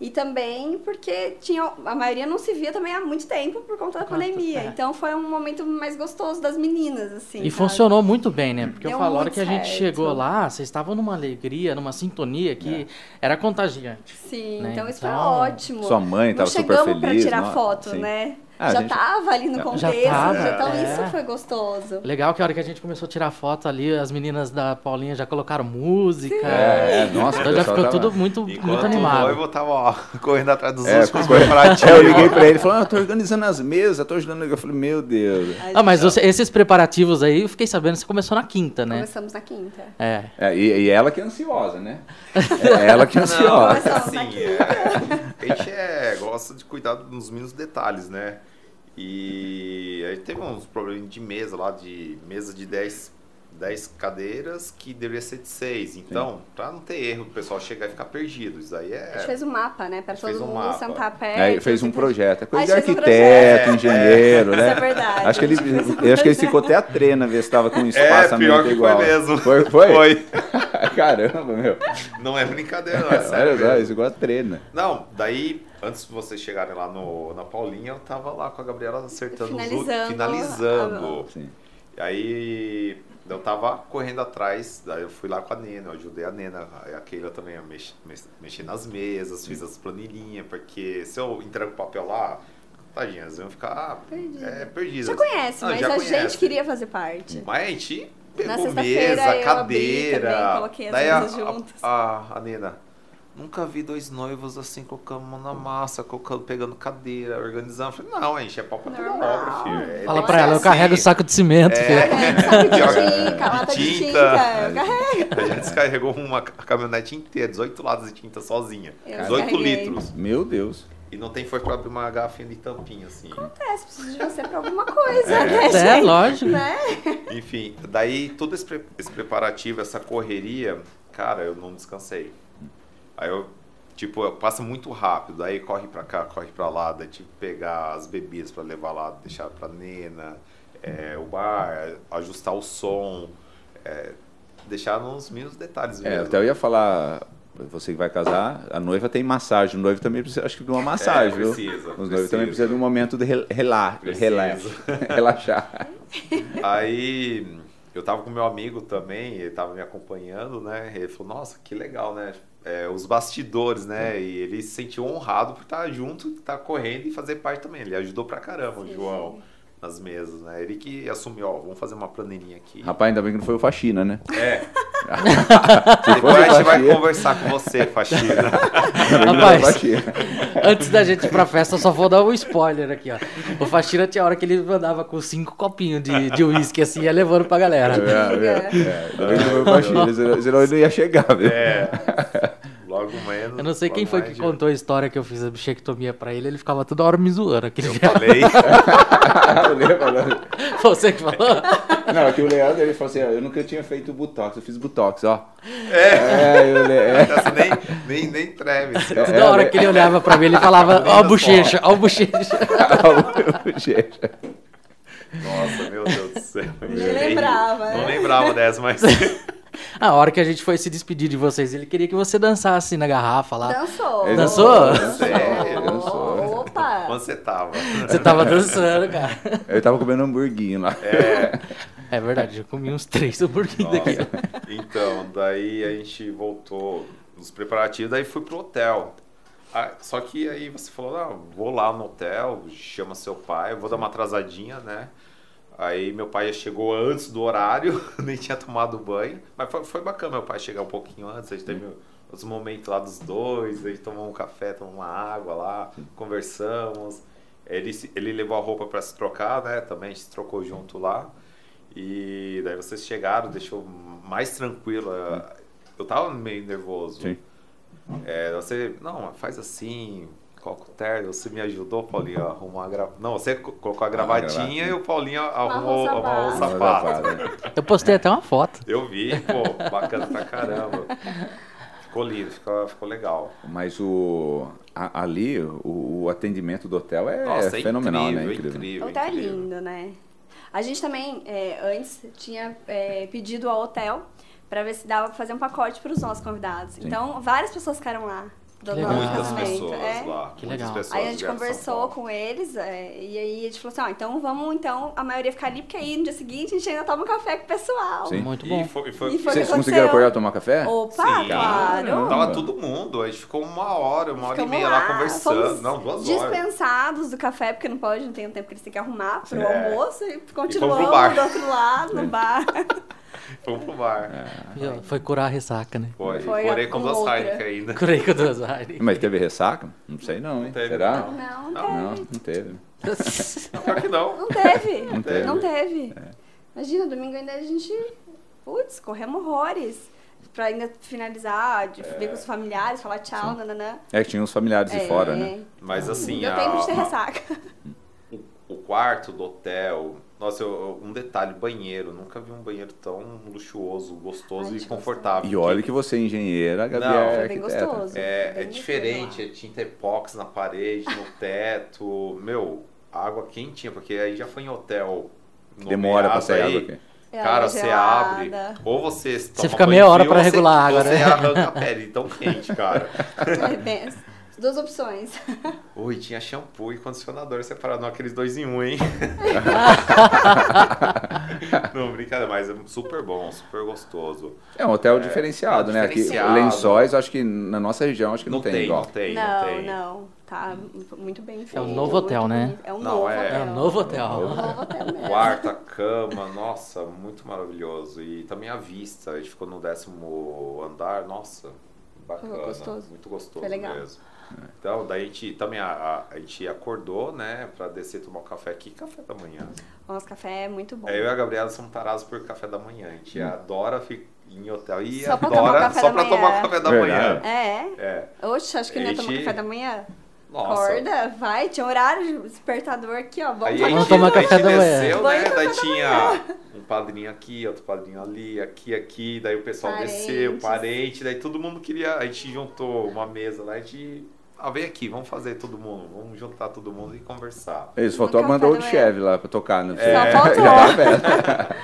C: E também porque tinha a maioria não se via também há muito tempo por conta da
B: Por conta-
C: pandemia.
B: é.
C: Então foi um momento mais gostoso das meninas, assim.
B: e
C: sabe?
B: funcionou muito bem, né? Porque eu
C: Deu
B: falo, a hora
C: muito
B: que a gente
C: certo.
B: chegou lá, vocês estavam numa alegria, numa sintonia que era contagiante.
C: Sim,
B: né?
C: então isso foi
B: Então,
C: ótimo.
A: Sua mãe
C: não
A: tava super
C: chegamos pra
A: feliz,
C: tirar
A: não- é?
C: foto,
A: sim.
C: né?
A: Ah,
C: já
A: gente-
C: tava ali no
A: Já
C: contexto,
B: tava,
C: já- então
B: é.
C: isso foi gostoso.
B: Legal que a hora que a gente começou a tirar foto ali, as meninas da Paulinha já colocaram música.
A: É, é, nossa,
B: Então
A: o
B: já
A: pessoal
B: ficou
A: tava-
B: tudo muito,
D: Enquanto
B: muito
D: o
B: animado.
D: noivo tava ó, correndo atrás dos
A: É,
D: últimos
A: ficou-
D: preparativos.
A: Aí eu liguei pra ele e falei, ah, eu tô organizando as mesas, tô ajudando. Eu falei, meu Deus.
B: Ah, mas você- esses preparativos aí, eu fiquei sabendo, você começou na quinta, né?
C: Começamos na quinta.
B: É.
A: É, e, e ela que é ansiosa, né? É ela que é
D: Não,
A: ansiosa.
D: mas
C: Nossa,
D: assim, é, a gente é, gosta de cuidar nos mínimos detalhes, né? E a gente teve uns problemas de mesa lá, de mesa de 10, 10 cadeiras que deveria ser de 6. Então, pra não ter erro, o pessoal chegar e ficar perdido. Isso aí
C: A gente
D: é.
C: fez um mapa, né? Pra
D: A gente fez
C: todo
D: um
C: mundo
D: mapa.
C: sentar perto.
A: Aí fez um
C: sentar-
A: projeto, é coisa
C: Aí
A: de
C: então fez um
A: arquiteto, engenheiro,
C: Isso é
A: né?
C: verdade.
A: Acho que, ele,
C: a gente fez
A: eu
C: um
A: acho que ele
C: projeto.
A: ficou até a trena ver se tava com um
D: É,
A: espaço
D: pior que foi
A: igual.
D: mesmo.
A: Foi, foi? Caramba, meu.
D: Não é brincadeira, não, é sério.
A: Olha só,
D: mesmo.
A: isso igual a trena.
D: Não, daí, antes de vocês chegarem lá no, na Paulinha, eu tava lá com a Gabriela acertando os últimos.
C: Finalizando.
D: Finalizando.
A: Sim.
D: E aí eu tava correndo atrás, daí eu fui lá com a Nena, eu ajudei a Nena, aí a Keila também eu mexi, mexi- mexi nas mesas, fiz as planilhinhas, porque se eu entrego o papel lá, tadinha, elas iam ficar
C: Perdida.
D: é, perdidas.
C: Já conhece,
D: Ah,
C: mas
D: já
C: a
D: conhece. Hum.
C: gente queria fazer parte.
D: Mas a gente
C: Na
D: pegou
C: sexta-feira
D: mesa,
C: eu abri
D: cadeira.
C: também, coloquei as
D: daí a,
C: mesas
D: a-
C: juntas.
D: a- a Nena. Nunca vi dois noivos assim colocando mão na massa, colocando, pegando cadeira, organizando. Eu falei, não, a gente é pau pra toda
C: Normal.
D: obra, filho. É,
B: Fala
D: tem
B: pra
D: que
B: ela,
D: ser
B: eu carrego o
D: assim.
B: saco de cimento, filho.
C: É, saco de tinta,
D: De
C: lata de tinta,
D: tinta. É.
C: eu carrego.
D: A gente descarregou uma ca- caminhonete inteira, 18 lados de tinta sozinha.
C: Eu
D: 18
C: carreguei.
D: litros.
A: Meu Deus.
D: E não tem foi pra abrir uma garrafinha de tampinha, assim.
C: Acontece, preciso de você pra alguma coisa, né, gente?
B: É, lógico.
C: Né?
D: Enfim, daí todo esse, pre- esse preparativo, essa correria, cara, eu não descansei. Aí eu, tipo, eu- passa muito rápido, aí corre pra cá, corre pra lá, daí tive que pegar as bebidas pra levar lá, deixar pra Nena, é, o bar, ajustar o som, é, deixar nos mínimos detalhes
A: É,
D: mesmo.
A: até eu ia falar, você que vai casar, a noiva tem massagem. O noivo também precisa, acho que de uma massagem,
D: É,
A: viu?
D: precisa,
A: Os noivos também
D: precisa.
A: precisam de um momento de rel- rela
D: Precisa.
A: rela- relaxar.
D: Aí eu tava com meu amigo também, ele tava me acompanhando, né? Ele falou, nossa, que legal, né? É, os bastidores, né? E ele se sentiu honrado por estar junto, estar correndo e fazer parte também. Ele ajudou pra caramba o
C: Sim,
D: João nas mesas, né? Ele que assumiu, ó, vamos fazer uma planilhinha aqui.
A: Rapaz, ainda bem que não foi o faxina, né?
D: É,
A: Se
D: depois
A: fosse
D: a
A: o
D: gente vai
A: faxina,
D: conversar com você, Faxina.
A: ainda bem que não foi o
B: Rapaz.
A: faxina.
B: Antes da gente ir pra festa, eu só vou dar um spoiler aqui, ó. O Faxina tinha hora que ele andava com cinco copinhos de de uísque, assim, ia levando pra galera.
A: É, é, é, ainda bem que não foi o faxina, senão senão ele não ia chegar, viu?
D: É. Logo menos.
B: Eu não sei quem
D: logo
B: foi
D: mais
B: que
D: adiante.
B: contou a história que eu fiz a bichectomia pra ele, ele ficava toda hora me zoando. Aquele
D: Eu
B: viado.
D: falei.
A: Eu lembro, né?
B: Você que falou?
A: Não, aqui o Leandro, ele falou assim, ó, eu nunca tinha feito Botox, eu fiz Botox, ó. É, eu, le- é.
D: Essa nem, nem, nem treme. assim, ó.
B: Toda hora que ele olhava pra mim, ele falava, ó a bochecha, ó a bochecha.
A: tá Gente,
D: Nossa, meu Deus do céu. Nem
C: lembrava,
D: Não
C: né?
D: lembrava dessa, mas.
B: A hora que a gente foi se despedir de vocês, ele queria que você dançasse na garrafa lá.
C: Dançou.
A: Ele
B: Dançou?
A: dançou,
D: Sério?
A: dançou.
C: Opa!
D: Onde você tava?
B: Você tava dançando, cara.
A: Eu tava comendo hamburguinho lá.
B: É verdade, eu comi uns três hamburguinhos daqui.
D: Nossa. Então, daí a gente voltou nos preparativos, daí fui pro hotel. Ah, Só que aí você falou, ah, vou lá no hotel, chama seu pai, eu vou dar uma atrasadinha, né? Aí meu pai já chegou antes do horário, nem tinha tomado banho, mas foi, foi bacana meu pai chegar um pouquinho antes, a gente
B: Uhum.
D: teve os momentos lá dos dois, a gente tomou um café, tomou uma água lá, conversamos. Ele, se- ele levou a roupa para se trocar, né? Também a gente se trocou junto lá. E daí vocês chegaram, deixou mais tranquilo. Eu tava meio nervoso.
A: Sim.
D: É, você, não, faz assim, coloca o terno. Você me ajudou, Paulinho, a arrumar a gravatinha. Não, você co- colocou a gravatinha
A: Ah, gravata.
D: e o Paulinho
C: Arrumou
D: arrumou,
C: o
D: arrumou o
A: Não,
D: sapato.
A: né?
B: Eu postei até uma foto.
D: Eu vi, pô, bacana pra caramba. Ficou lindo, ficou, ficou legal.
A: Mas o, a- ali, o, o atendimento do hotel é,
D: Nossa, é
A: fenomenal,
D: incrível,
A: né?
D: incrível, incrível.
C: Hotel é lindo, né? A gente também, é, antes, tinha é, pedido ao hotel pra ver se dava pra fazer um pacote pros nossos convidados. Então, várias pessoas ficaram lá. Do
B: Que legal.
C: nosso
D: Muitas
C: casamento,
D: pessoas
C: é.
D: lá.
B: Que
D: muitas
B: legal.
D: pessoas
C: Aí a gente
D: vieram de São
C: conversou
D: Paulo.
C: com eles, é, e aí a gente falou assim, ó, então vamos, então, a maioria ficar ali, porque aí no dia seguinte a gente ainda toma um café com o pessoal.
A: Sim.
B: Muito
D: E
B: bom.
D: foi- e foi-
C: E foi-
A: Vocês
C: aconteceu.
A: conseguiram acordar tomar café?
C: Opa,
D: Sim.
C: claro!
D: Tava todo mundo, a gente ficou uma hora, uma hora e
C: Ficamos
D: meia lá, conversando.
C: fomos
D: Não, duas horas.
C: Dispensados do café, porque não pode, não tem o tempo que eles têm que arrumar pro
D: É.
C: almoço e
D: fomos
C: continuamos
D: pro bar.
C: do outro lado, no bar.
D: Fomos pro
B: É.
D: bar.
B: Viu? Foi curar a ressaca, né?
D: Foi,
C: Foi
D: porém
C: a-
D: com
C: com
D: duas
C: outra.
D: raicas ainda.
B: Curei com duas áreas.
A: Mas teve ressaca? Não sei não, hein?
D: Não teve,
A: Será?
D: não.
C: Não,
D: Não.
A: Não, não teve.
D: Pior que não.
C: não teve. Não
A: teve.
C: teve. Imagina, domingo ainda a gente, putz, corremos horrores. Pra ainda finalizar,
D: É.
C: de ver com os familiares, falar tchau, nananã. É.
A: É que tinha uns familiares de fora, né?
D: Mas assim,
C: Deu
D: a,
C: tempo de ter ressaca.
D: o, o quarto do hotel. Nossa, eu- eu- um detalhe, banheiro. Nunca vi um banheiro tão luxuoso, gostoso
C: Ai,
D: e
C: que
D: confortável.
A: E olha que você é engenheira, a Gabi
D: Não.
A: é
C: Foi bem
A: arquiteta.
C: gostoso. Foi
D: É, é
C: bem
D: diferente, é tinta epox na parede, no teto. Meu, água quentinha, porque aí já foi em hotel.
A: Demora pra
D: nomeado
A: sair
D: aí.
A: água aqui.
C: É,
D: Cara,
C: água
D: você
C: gelada.
D: abre, ou você Você
B: fica meia hora pra regular a água,
D: Você
B: né?
D: arranca a pele, tão quente, cara.
C: É, bem, as duas opções.
D: Ui, tinha shampoo e condicionador separado, não aqueles dois em um, hein? não, brincadeira, mas é super bom, super gostoso.
A: É um hotel diferenciado, né? Aqui,
D: é diferenciado.
A: lençóis, acho que na nossa região, acho que não, tem,
D: não
A: igual.
D: tem, não,
C: não,
D: tem.
C: não. Tá muito bem feito.
B: É um novo
C: muito
B: hotel, né?
C: bonito. É um
D: Não,
C: novo
D: é-
C: hotel.
B: É um novo
C: É um
B: hotel.
C: novo hotel mesmo.
D: Quarta, cama, nossa, muito maravilhoso. E também a vista, a gente ficou no décimo andar, nossa, Bacana.
C: Foi gostoso.
D: Muito gostoso
C: Foi legal.
D: mesmo. Então, daí a gente também a, a- a gente acordou, né, pra descer tomar um café. Que café da manhã?
C: Nossa, café é muito bom.
D: É, Eu e a Gabriela somos tarados por café da manhã. A gente adora ficar em hotel e
C: Só pra
D: adora
C: tomar o café
D: só
C: da
D: pra
C: manhã.
D: tomar o café da manhã.
A: Verdade.
C: É?
D: É.
C: Oxe, acho que não ia tomar
D: Ixi.
C: café da manhã.
D: Nossa.
C: Acorda, vai, tinha horário de despertador aqui, ó. Vamos
D: Aí né, a
C: tomar
D: gente,
B: Vamos
C: café.
B: tomar
D: a gente
B: café da manhã.
D: desceu,
C: Banho
D: né?
C: e café
D: Daí
C: da
D: tinha um padrinho aqui, outro padrinho ali, aqui, aqui. Daí o pessoal
C: Parentes.
D: desceu, parente. Daí todo mundo queria. A gente juntou uma mesa lá. A gente. Ah, vem aqui, vamos fazer todo mundo. Vamos juntar todo mundo e conversar.
A: Eles
C: No
A: faltou
C: café
A: mandou
C: da
A: o
C: manhã.
A: Chevy lá pra tocar, né?
C: É. Só faltou.
A: Já tá aberto.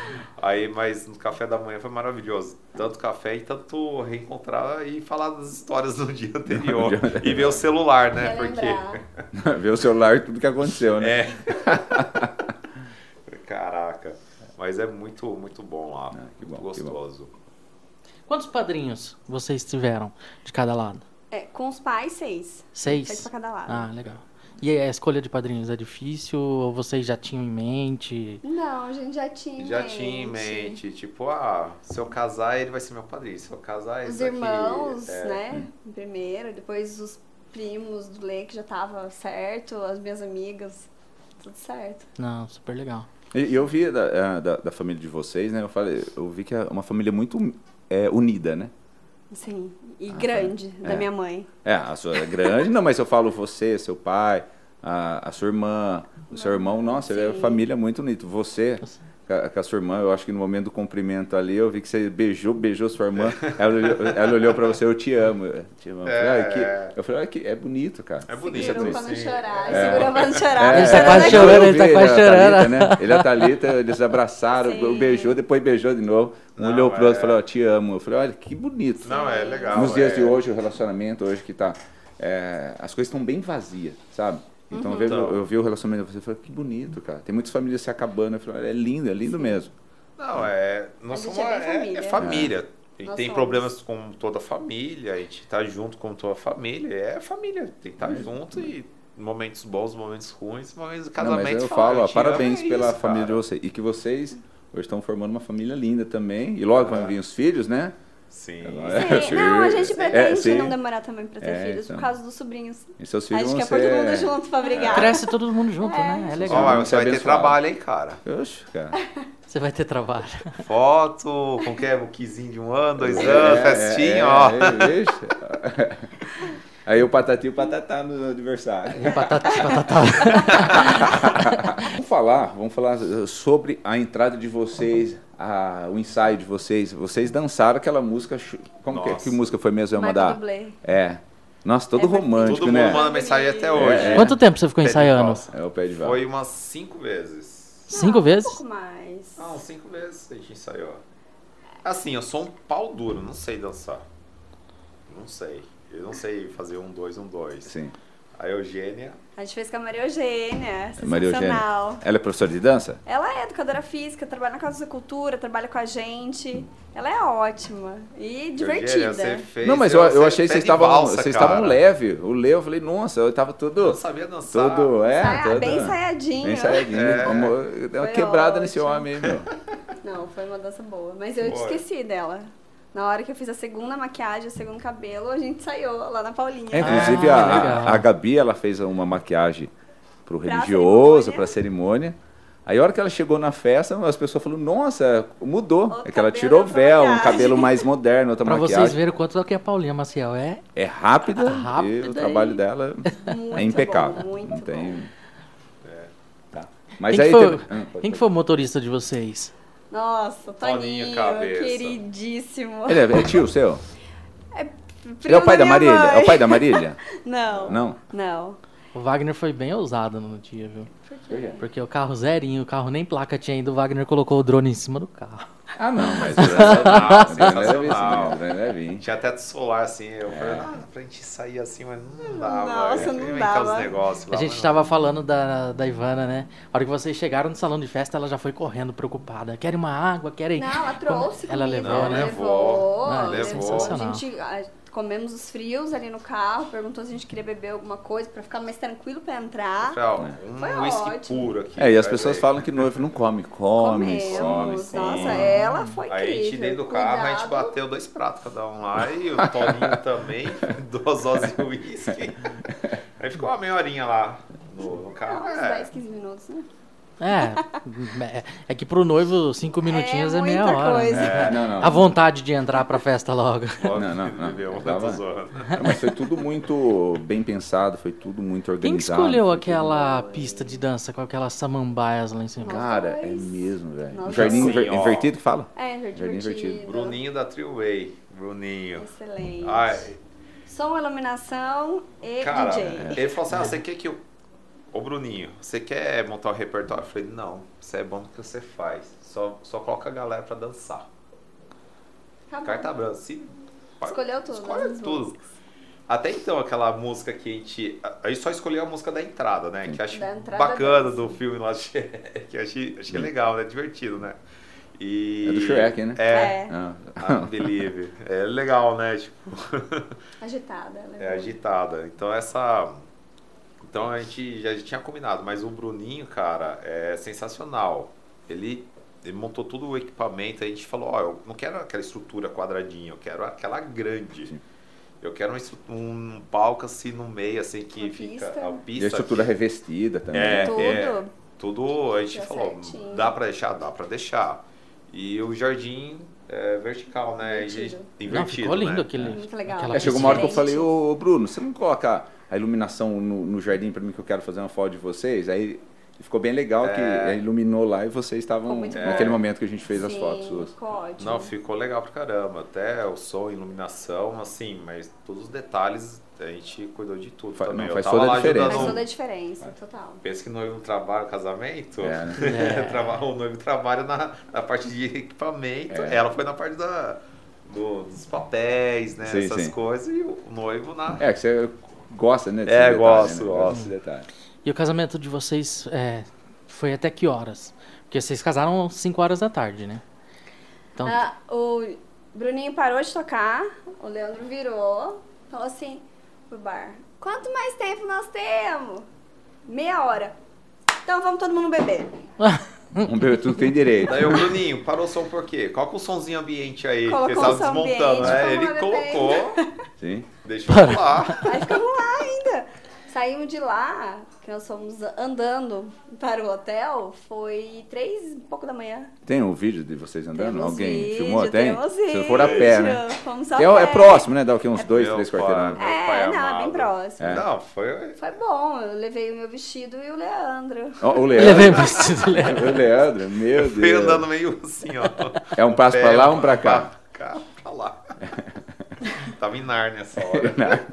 D: Aí, mas no café da manhã foi maravilhoso. Tanto café e tanto reencontrar e falar das histórias do dia anterior. e ver o celular, né? Porque.
C: Relembrar.
A: é, Ver o celular e tudo que aconteceu, né?
D: Caraca. Mas é muito, muito bom lá.
A: Ah, que
D: muito
A: bom, que bom.
D: gostoso.
B: Quantos padrinhos vocês tiveram de cada lado?
C: É, com os pais, seis. Seis
B: Seis?
C: pra cada lado.
B: Ah, legal. E aí, a escolha de padrinhos é difícil? Ou vocês já tinham em mente?
C: Não, a gente já tinha. em
D: Já tinha em mente, tipo, ah, se eu casar, ele vai ser meu padrinho. Se eu casar,
C: Os
D: esse aqui,
C: irmãos,
D: é.
C: né? Primeiro, depois os primos do Lê, que já tava certo, as minhas amigas, tudo certo.
B: Não, super legal.
A: E e eu vi da, ah, da, da família de vocês, né? Eu falei, eu vi que é uma família muito é, unida, né?
C: Sim, Assim,
D: Ah,
C: e
D: tá.
C: grande, da
A: É.
C: minha mãe.
A: É, a sua é grande, não, mas eu falo você, seu pai, a, a sua irmã, o seu irmão, nossa, é
C: Sim.
A: uma família muito unida. Você com a- com a sua irmã, eu acho que no momento do cumprimento ali, eu vi que você beijou, beijou sua irmã. Ela olhou, ela olhou pra você, eu te amo. Eu te amo. Eu falei,
D: É.
A: "Ah, que-" eu falei, "Ah, que é bonito, cara.
D: É bonito.
C: Segurou pra não
D: sim.
C: chorar,
D: É.
C: segurou pra não chorar.
B: Ele
C: tá
B: tá quase
C: aqui.
B: chorando.
A: É, eu
B: ele tá
A: vi,
B: quase
A: a Thalita,
B: chorando.
A: né? Ele e a Thalita, eles abraçaram,
C: Sim.
A: beijou, depois beijou de novo. Um
D: Não,
A: olhou pro outro
D: é.
A: e falou, "Ó, te amo. Eu falei, olha, que bonito.
D: Não, é legal.
A: Nos dias
D: é.
A: de hoje, o relacionamento hoje que tá. é, as coisas estão bem vazias, sabe? Então, eu, vejo-
D: Então.
A: eu vi o relacionamento de você e falei, que bonito, cara. Tem muitas famílias se acabando. Eu falei, olha, é lindo, é lindo mesmo.
D: Não, é. Nós
C: A gente
D: somos
C: é
D: é,
C: bem família.
D: é família. A gente
C: Nós
D: tem
C: somos.
D: problemas com toda a família, a gente tá junto com toda a família. É família, tem que estar junto e momentos bons, momentos ruins, momentos
A: Uhum. Não,
D: casamento.
A: mas eu
D: falar,
A: falo, ó,
D: te
A: parabéns
D: amo, é
A: pela
D: isso,
A: família de
D: cara.
A: vocês. E que vocês hoje estão formando uma família linda também. E logo
D: É.
A: vão vir os filhos, né?
D: Sim.
A: Ela é-
C: Sim. Não, a gente
A: É,
C: pretende
A: sim.
C: não demorar também pra ter
A: É,
C: filhos, por
A: então. é.
C: causa dos sobrinhos.
A: E seus
C: A
A: filhos
C: gente
A: vão
C: quer pôr todo mundo
A: ser...
C: junto é pra brigar.
B: Cresce todo mundo junto, né? É
D: Ó,
B: legal.
A: Vamos
D: mas
A: ser
D: você vai ter
A: abençoado.
D: trabalho, hein, cara.
A: Oxe, cara.
B: Você vai ter trabalho.
D: Foto, com que é? Boquizinho de um ano, dois anos, festinha,
A: é,
D: ó.
A: é, vixe. Aí o patati e o patatá no adversário.
B: Batata, batata.
A: Vamos falar, vamos falar sobre a entrada de vocês, a- o ensaio de vocês. Vocês dançaram aquela música. chu- Como que,
D: Nossa.
A: que música foi mesmo? É uma
C: Michael
A: da.
C: Bublé.
A: É. Nossa, todo
C: É, foi-
A: romântico,
D: Todo mundo
A: né?
D: manda mensagem até hoje.
A: É.
B: Quanto tempo você ficou
D: Pé de
B: ensaiando?
D: valsa.
A: É o pé de vaca.
D: Foi umas cinco vezes.
B: Cinco
C: Ah,
B: vezes?
C: Um pouco mais.
D: Não, cinco vezes a gente ensaiou. Assim, eu sou um pau duro, não sei dançar. Não sei. Eu não sei fazer um, dois, um, dois.
A: Sim.
D: A Eugênia.
C: A gente fez com a Maria Eugênia,
A: Maria Eugênia.
C: sensacional.
A: Ela é professora de dança?
C: Ela é educadora física, trabalha na Casa da Cultura, trabalha com a gente. Ela é ótima e divertida.
D: Eugênia, você fez,
A: não, mas eu, eu
D: você
A: achei
D: pé
A: que vocês
D: de
A: estavam,
D: valsa,
A: vocês
D: cara.
A: estavam leve. O Leo, eu falei, nossa, eu tava
D: Eu não
A: todo.
D: sabia dançar.
A: Todo, é.
C: Sai-
A: todo,
C: Ah, bem ensaiadinho.
A: Bem ensaiadinho.
D: É.
A: Amor, Deu uma
C: Foi
A: quebrada nesse
C: ótimo.
A: homem, aí, meu.
C: Não, foi uma dança boa. Mas eu
D: Boa.
C: esqueci dela. Na hora que eu fiz a segunda maquiagem, o segundo cabelo, a gente saiu lá na Paulinha.
A: É, inclusive
B: Ah,
A: a-
B: legal.
A: a, a Gabi, ela fez uma maquiagem pro
C: Pra
A: religioso,
C: cerimônia.
A: pra cerimônia. Aí a hora que ela chegou na festa, as pessoas falaram, nossa, mudou.
C: Outro
A: é que ela
C: cabelo,
A: tirou
C: outra
A: véu, um
C: maquiagem.
A: cabelo mais moderno, outra
B: Pra vocês
A: maquiagem.
B: verem o quanto que a Paulinha Maciel é.
A: É rápida, e
B: Rápida
A: o trabalho
B: e-
A: dela
C: Muito
A: é impecável.
C: Bom, muito
A: Não tem...
C: bom.
A: É. Tá. Mas
B: quem
A: aí
B: que foi,
A: teve... Ah, pode
B: quem que foi o motorista de vocês?
C: Nossa, Toninho,
D: Toninho, cabeça.
C: queridíssimo.
A: falar. Ele é, é tio seu?
C: Primo
A: Ele é o pai da
C: minha
A: Marília?
C: mãe.
A: É o pai da Marília?
C: Não, não.
A: Não?
B: O Wagner foi bem ousado no dia, viu?
A: quê?
B: Porque o carro zerinho, o carro nem placa tinha ainda, o Wagner colocou o drone em cima do carro.
A: Ah, não, mas...
D: Sensacional, sensacional.
A: Não é levinho.
D: Tinha teto solar, assim. Eu
A: É.
D: falei, ah, pra gente sair assim, mas não dava.
C: Nossa,
D: eu
C: não
D: inventei
C: dava.
D: Os negócios
B: A
D: lá,
B: gente
D: mas
B: tava falando da, da Ivana, né? A hora que vocês chegaram no salão de festa, ela já foi correndo, preocupada. Querem uma água? Querem.
C: Não, ela trouxe
B: Ela
C: comigo,
B: levou,
C: ela
D: né?
C: levou.
A: Ah,
D: Não, levou.
C: A
D: Sensacional.
C: gente ah, Comemos os frios ali no carro, perguntou se a gente queria beber alguma coisa pra ficar mais tranquilo pra entrar.
D: Pessoal,
C: Foi
D: um whisky
C: ótimo.
D: puro aqui.
A: É, e as
D: pra
A: pessoas
D: gente.
A: falam que noivo não come. Come,
C: Comemos.
A: come,
D: sim.
C: Nossa, é.
A: come.
C: ela foi
D: Aí a gente
C: incrível.
D: dentro do carro, a gente
C: Cuidado.
D: bateu dois pratos cada um lá e o Toninho também, duas doses de uísque. Aí ficou uma meia horinha lá no, no
C: Ah,
D: carro.
C: Uns
D: é.
C: 10, 15 minutos, né?
B: É, é- é que pro noivo, cinco minutinhos é, meia
C: muita
B: hora.
C: coisa.
B: né?
A: É, não, não.
B: A vontade de entrar pra festa logo.
D: Óbvio,
A: Não, não, não.
D: bebeu,
A: Tava-
D: tô zoando.
A: Não, Mas foi tudo muito bem pensado, foi tudo muito organizado.
B: Quem que escolheu
A: foi
B: aquela pista de dança com aquelas samambaias lá em cima?
A: tudo- Cara, é
C: Nós dois.
A: mesmo, velho.
C: Nós
A: Jardim
D: dois.
A: inver-
D: Sim, ó.
A: invertido que fala?
C: É,
A: Jardim invertido.
C: divertido.
D: Bruninho da Triway. Bruninho.
C: Excelente.
D: Ai,
C: Som, iluminação e
D: cara,
C: DJ.
D: ele falou assim: ah, você quer que eu. Ô Bruninho, você quer montar o repertório? Eu falei, não, você é bom no que você faz. Só, só coloca a galera pra dançar.
C: Acabou.
D: Carta branca. Se...
C: Escolheu tudo.
D: Escolhe
C: as
D: tudo.
C: músicas.
D: Até então, aquela música que a gente. A gente só escolheu a música da entrada, né? Que eu acho
C: Da entrada
D: bacana
C: dessa.
D: do filme lá. Que eu achei, achei legal, né? Divertido, né? E...
A: Hum. É do Shrek, né?
D: É.
C: É.
A: Ah,
D: Unbelieve. É legal, né? Tipo,
C: Agitada. ela
D: é agitada. Então, essa. Então, a gente já tinha combinado, mas o Bruninho, cara, é sensacional. Ele. Ele montou todo o equipamento, a gente falou, ó, eu não quero aquela estrutura quadradinha, eu quero aquela grande.
A: Sim.
D: Eu quero uma estru- um palco assim no meio, assim, que
C: Uma
D: fica
C: pista.
D: a
A: E a
D: pista.
A: estrutura revestida também.
D: É,
C: Tudo.
D: é. Tudo a gente
C: Deu
D: falou,
C: certinho.
D: dá pra deixar, dá pra deixar. E o jardim é vertical, né? E
C: Invertido.
B: Não,
D: invertido,
B: ficou lindo
D: né?
B: aquele.
C: Muito legal.
B: aquela
A: É, chegou uma hora que eu
C: Diferente.
A: falei, ô Bruno, você não coloca a iluminação no, no jardim pra mim que eu quero fazer uma foto de vocês? Aí ficou bem legal que é, iluminou lá e vocês estavam
C: Ficou muito bom.
A: naquele momento que a gente fez as
C: Sim,
A: fotos suas.
C: ficou ótimo.
D: Não, ficou legal pra caramba. Até o som, iluminação, assim, mas todos os detalhes a gente cuidou de tudo
A: Fa-
D: também.
A: não,
D: Eu
A: faz
D: tava
A: toda a
D: lá
A: diferença.
C: Faz
D: ajudando-
C: toda a diferença, total.
D: Pensa que noivo não trabalha no casamento?
A: É,
B: né? É.
D: Trava- o noivo trabalha na, na parte de equipamento,
A: É.
D: ela foi na parte da, do- dos papéis, né?
A: Sim,
D: Essas
A: sim.
D: coisas, e o noivo na.
A: É, que você gosta, né? desse
D: É,
A: detalhe,
D: gosto,
A: né?
D: gosto.
A: desse detalhe.
B: E o casamento de vocês é, foi até que horas? Porque vocês casaram 5 horas da tarde, né? Então,
C: Ah, o Bruninho parou de tocar, o Leandro virou, falou assim pro bar: Quanto mais tempo nós temos? Meia hora. Então vamos todo mundo beber.
A: Vamos ver tudo que tem direito.
D: Daí o Bruninho, parou o som por quê? Coloca o somzinho ambiente aí,
C: Colocou
D: que ele tava
C: o som
D: desmontando,
C: ambiente,
D: né?
C: foi
D: Ele
C: uma
D: colocou,
A: Sim.
D: deixou lá.
C: Aí ficamos lá ainda. Saímos de lá, que nós fomos andando para o hotel, foi três e pouco da manhã.
A: Tem um vídeo de vocês andando?
C: Temos
A: Alguém
C: vídeo,
A: filmou? Tem?
C: temos
A: Se for a pé, né?
C: vídeo, Fomos a
A: É, é
C: pé.
A: próximo, né? Dá o quê? Uns dois,
D: Meu
A: três
D: pai.
A: quarteirões.
D: Meu pai
C: É, não, é
D: amado.
C: bem próximo.
D: Não, foi.
A: É.
C: Foi bom, eu levei o meu vestido e o Leandro.
A: Ó, o
B: eu levei o
A: Leandro.
B: vestido leve.
A: o Leandro, meu
D: Foi
A: Deus.
D: andando meio assim, ó.
A: É um passo pra
D: Pé,
A: lá, um pra cá.
D: Pra cá, pra lá. Tava em Narnia essa hora.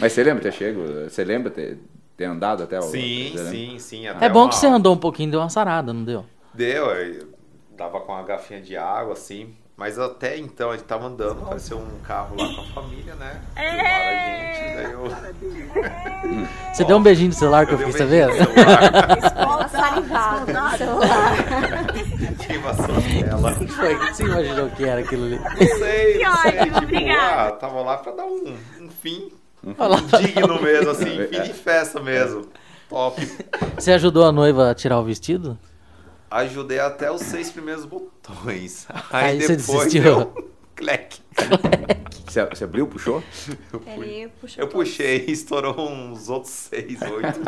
A: Mas você lembra ter chego? Você lembra ter, ter andado até É o. né?
D: Sim,
A: você lembra?
D: sim, sim. até
B: É bom
D: uma-
B: que você andou um pouquinho, deu uma sarada, não deu?
D: Deu, eu tava com uma garfinha de água, assim. Mas até então, a gente tava andando, apareceu um carro lá com a família, né?
B: É!
D: Filmaram a gente, daí eu...
B: Você deu um beijinho no celular que eu
D: dei um
B: fiquei
D: beijinho no
B: sabendo?
D: celular,
C: Ela sarivada no celular.
D: que vazou a tela.
B: Foi, você imaginou o que era aquilo ali?
D: assim, Não sei,
E: Que
D: não sei.
E: ótimo,
D: tipo,
E: obrigada.
D: ah, tava lá pra dar um, um fim
B: Olha lá.
D: digno mesmo,
A: É
D: assim, fim de festa mesmo. Top.
B: Você ajudou a noiva a tirar o vestido?
D: Ajudei até os seis primeiros botões.
B: Aí
D: Aí,
B: você
D: depois
B: desistiu.
D: deu um Clec.
A: Você, você abriu, puxou?
D: Eu, pu-
C: Ele puxou.
D: eu
C: todos.
D: puxei e estourou uns outros seis, oito.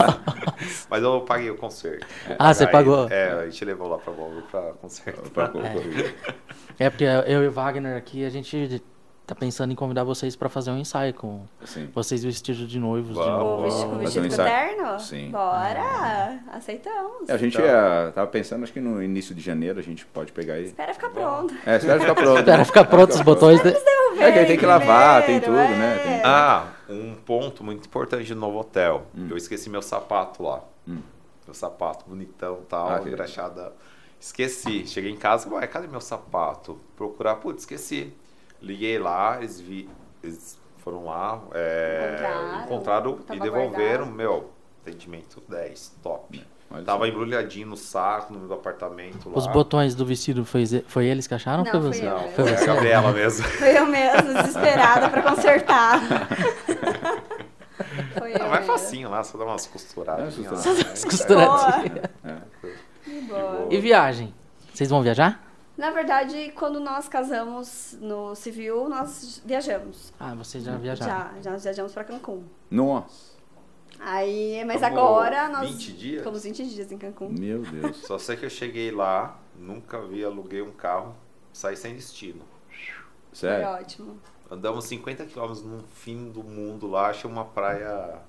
D: depois. Mas eu paguei o conserto.
B: Ah, você
D: Aí,
B: pagou?
D: É, a gente levou lá pra Volvo pra consertar.
A: Pra- pra- pra-
B: É porque eu e o Wagner aqui, a gente tá pensando em convidar vocês pra fazer um ensaio com
A: Sim.
B: vocês vestidos de noivos. De
D: Vamos.
C: O
B: novo.
C: vestido, o
A: Fazer
C: vestido
A: um
C: com
A: ensaio.
C: terno?
A: Sim.
C: Bora! Aceitamos.
A: É, A
B: tá.
A: gente ia, tava pensando, acho que no início de janeiro a gente pode pegar aí.
C: Espera ficar pronto.
A: É, espera ficar pronto.
B: Espera ficar pronto os botões. né? de-
A: É que aí tem que lavar, tem tudo,
C: Primeiro,
A: né?
C: é.
A: Tem-
D: Ah, um ponto muito importante do novo hotel.
B: Hum.
D: Eu esqueci meu sapato lá. Meu sapato bonitão, tal,
A: Ah, que-
D: engraxada. Esqueci. Cheguei em casa, ué, cadê meu sapato? Procurar, putz, esqueci. Liguei lá, eles, vi, eles foram lá, é,
C: Encontraram,
D: encontraram, e
C: tava
D: devolveram.
C: guardado.
D: Meu, atendimento 10, top.
A: Olha
D: Tava
A: só.
D: embrulhadinho no saco, no meu apartamento lá.
B: Hum. Os botões do vestido foi, foi eles que acharam?
C: Não,
B: ou foi
C: fui
B: você?
C: eu.
D: Não, foi a Gabriela mesmo.
C: Foi eu mesmo, desesperada pra consertar. Foi eu.
D: Ah, mas é
C: mesmo.
D: facinho lá, só dá umas costuradinhas.
A: É,
D: lá.
A: só
B: dá umas costuradinhas.
C: De boa.
B: E viagem? Vocês vão viajar?
C: Na verdade, quando nós casamos no civil, nós viajamos.
B: Ah, vocês já viajaram.
C: Já, já viajamos pra Cancún.
A: Nossa,
C: Aí, mas
D: Ficamos
C: agora nós
D: 20 dias?
C: ficamos 20 dias em Cancún.
A: meu Deus.
D: Só sei que eu cheguei lá, nunca vi, aluguei um carro, saí sem destino.
C: Foi
A: Sério?
C: ótimo.
D: Andamos 50 quilômetros no fim do mundo lá, achei uma praia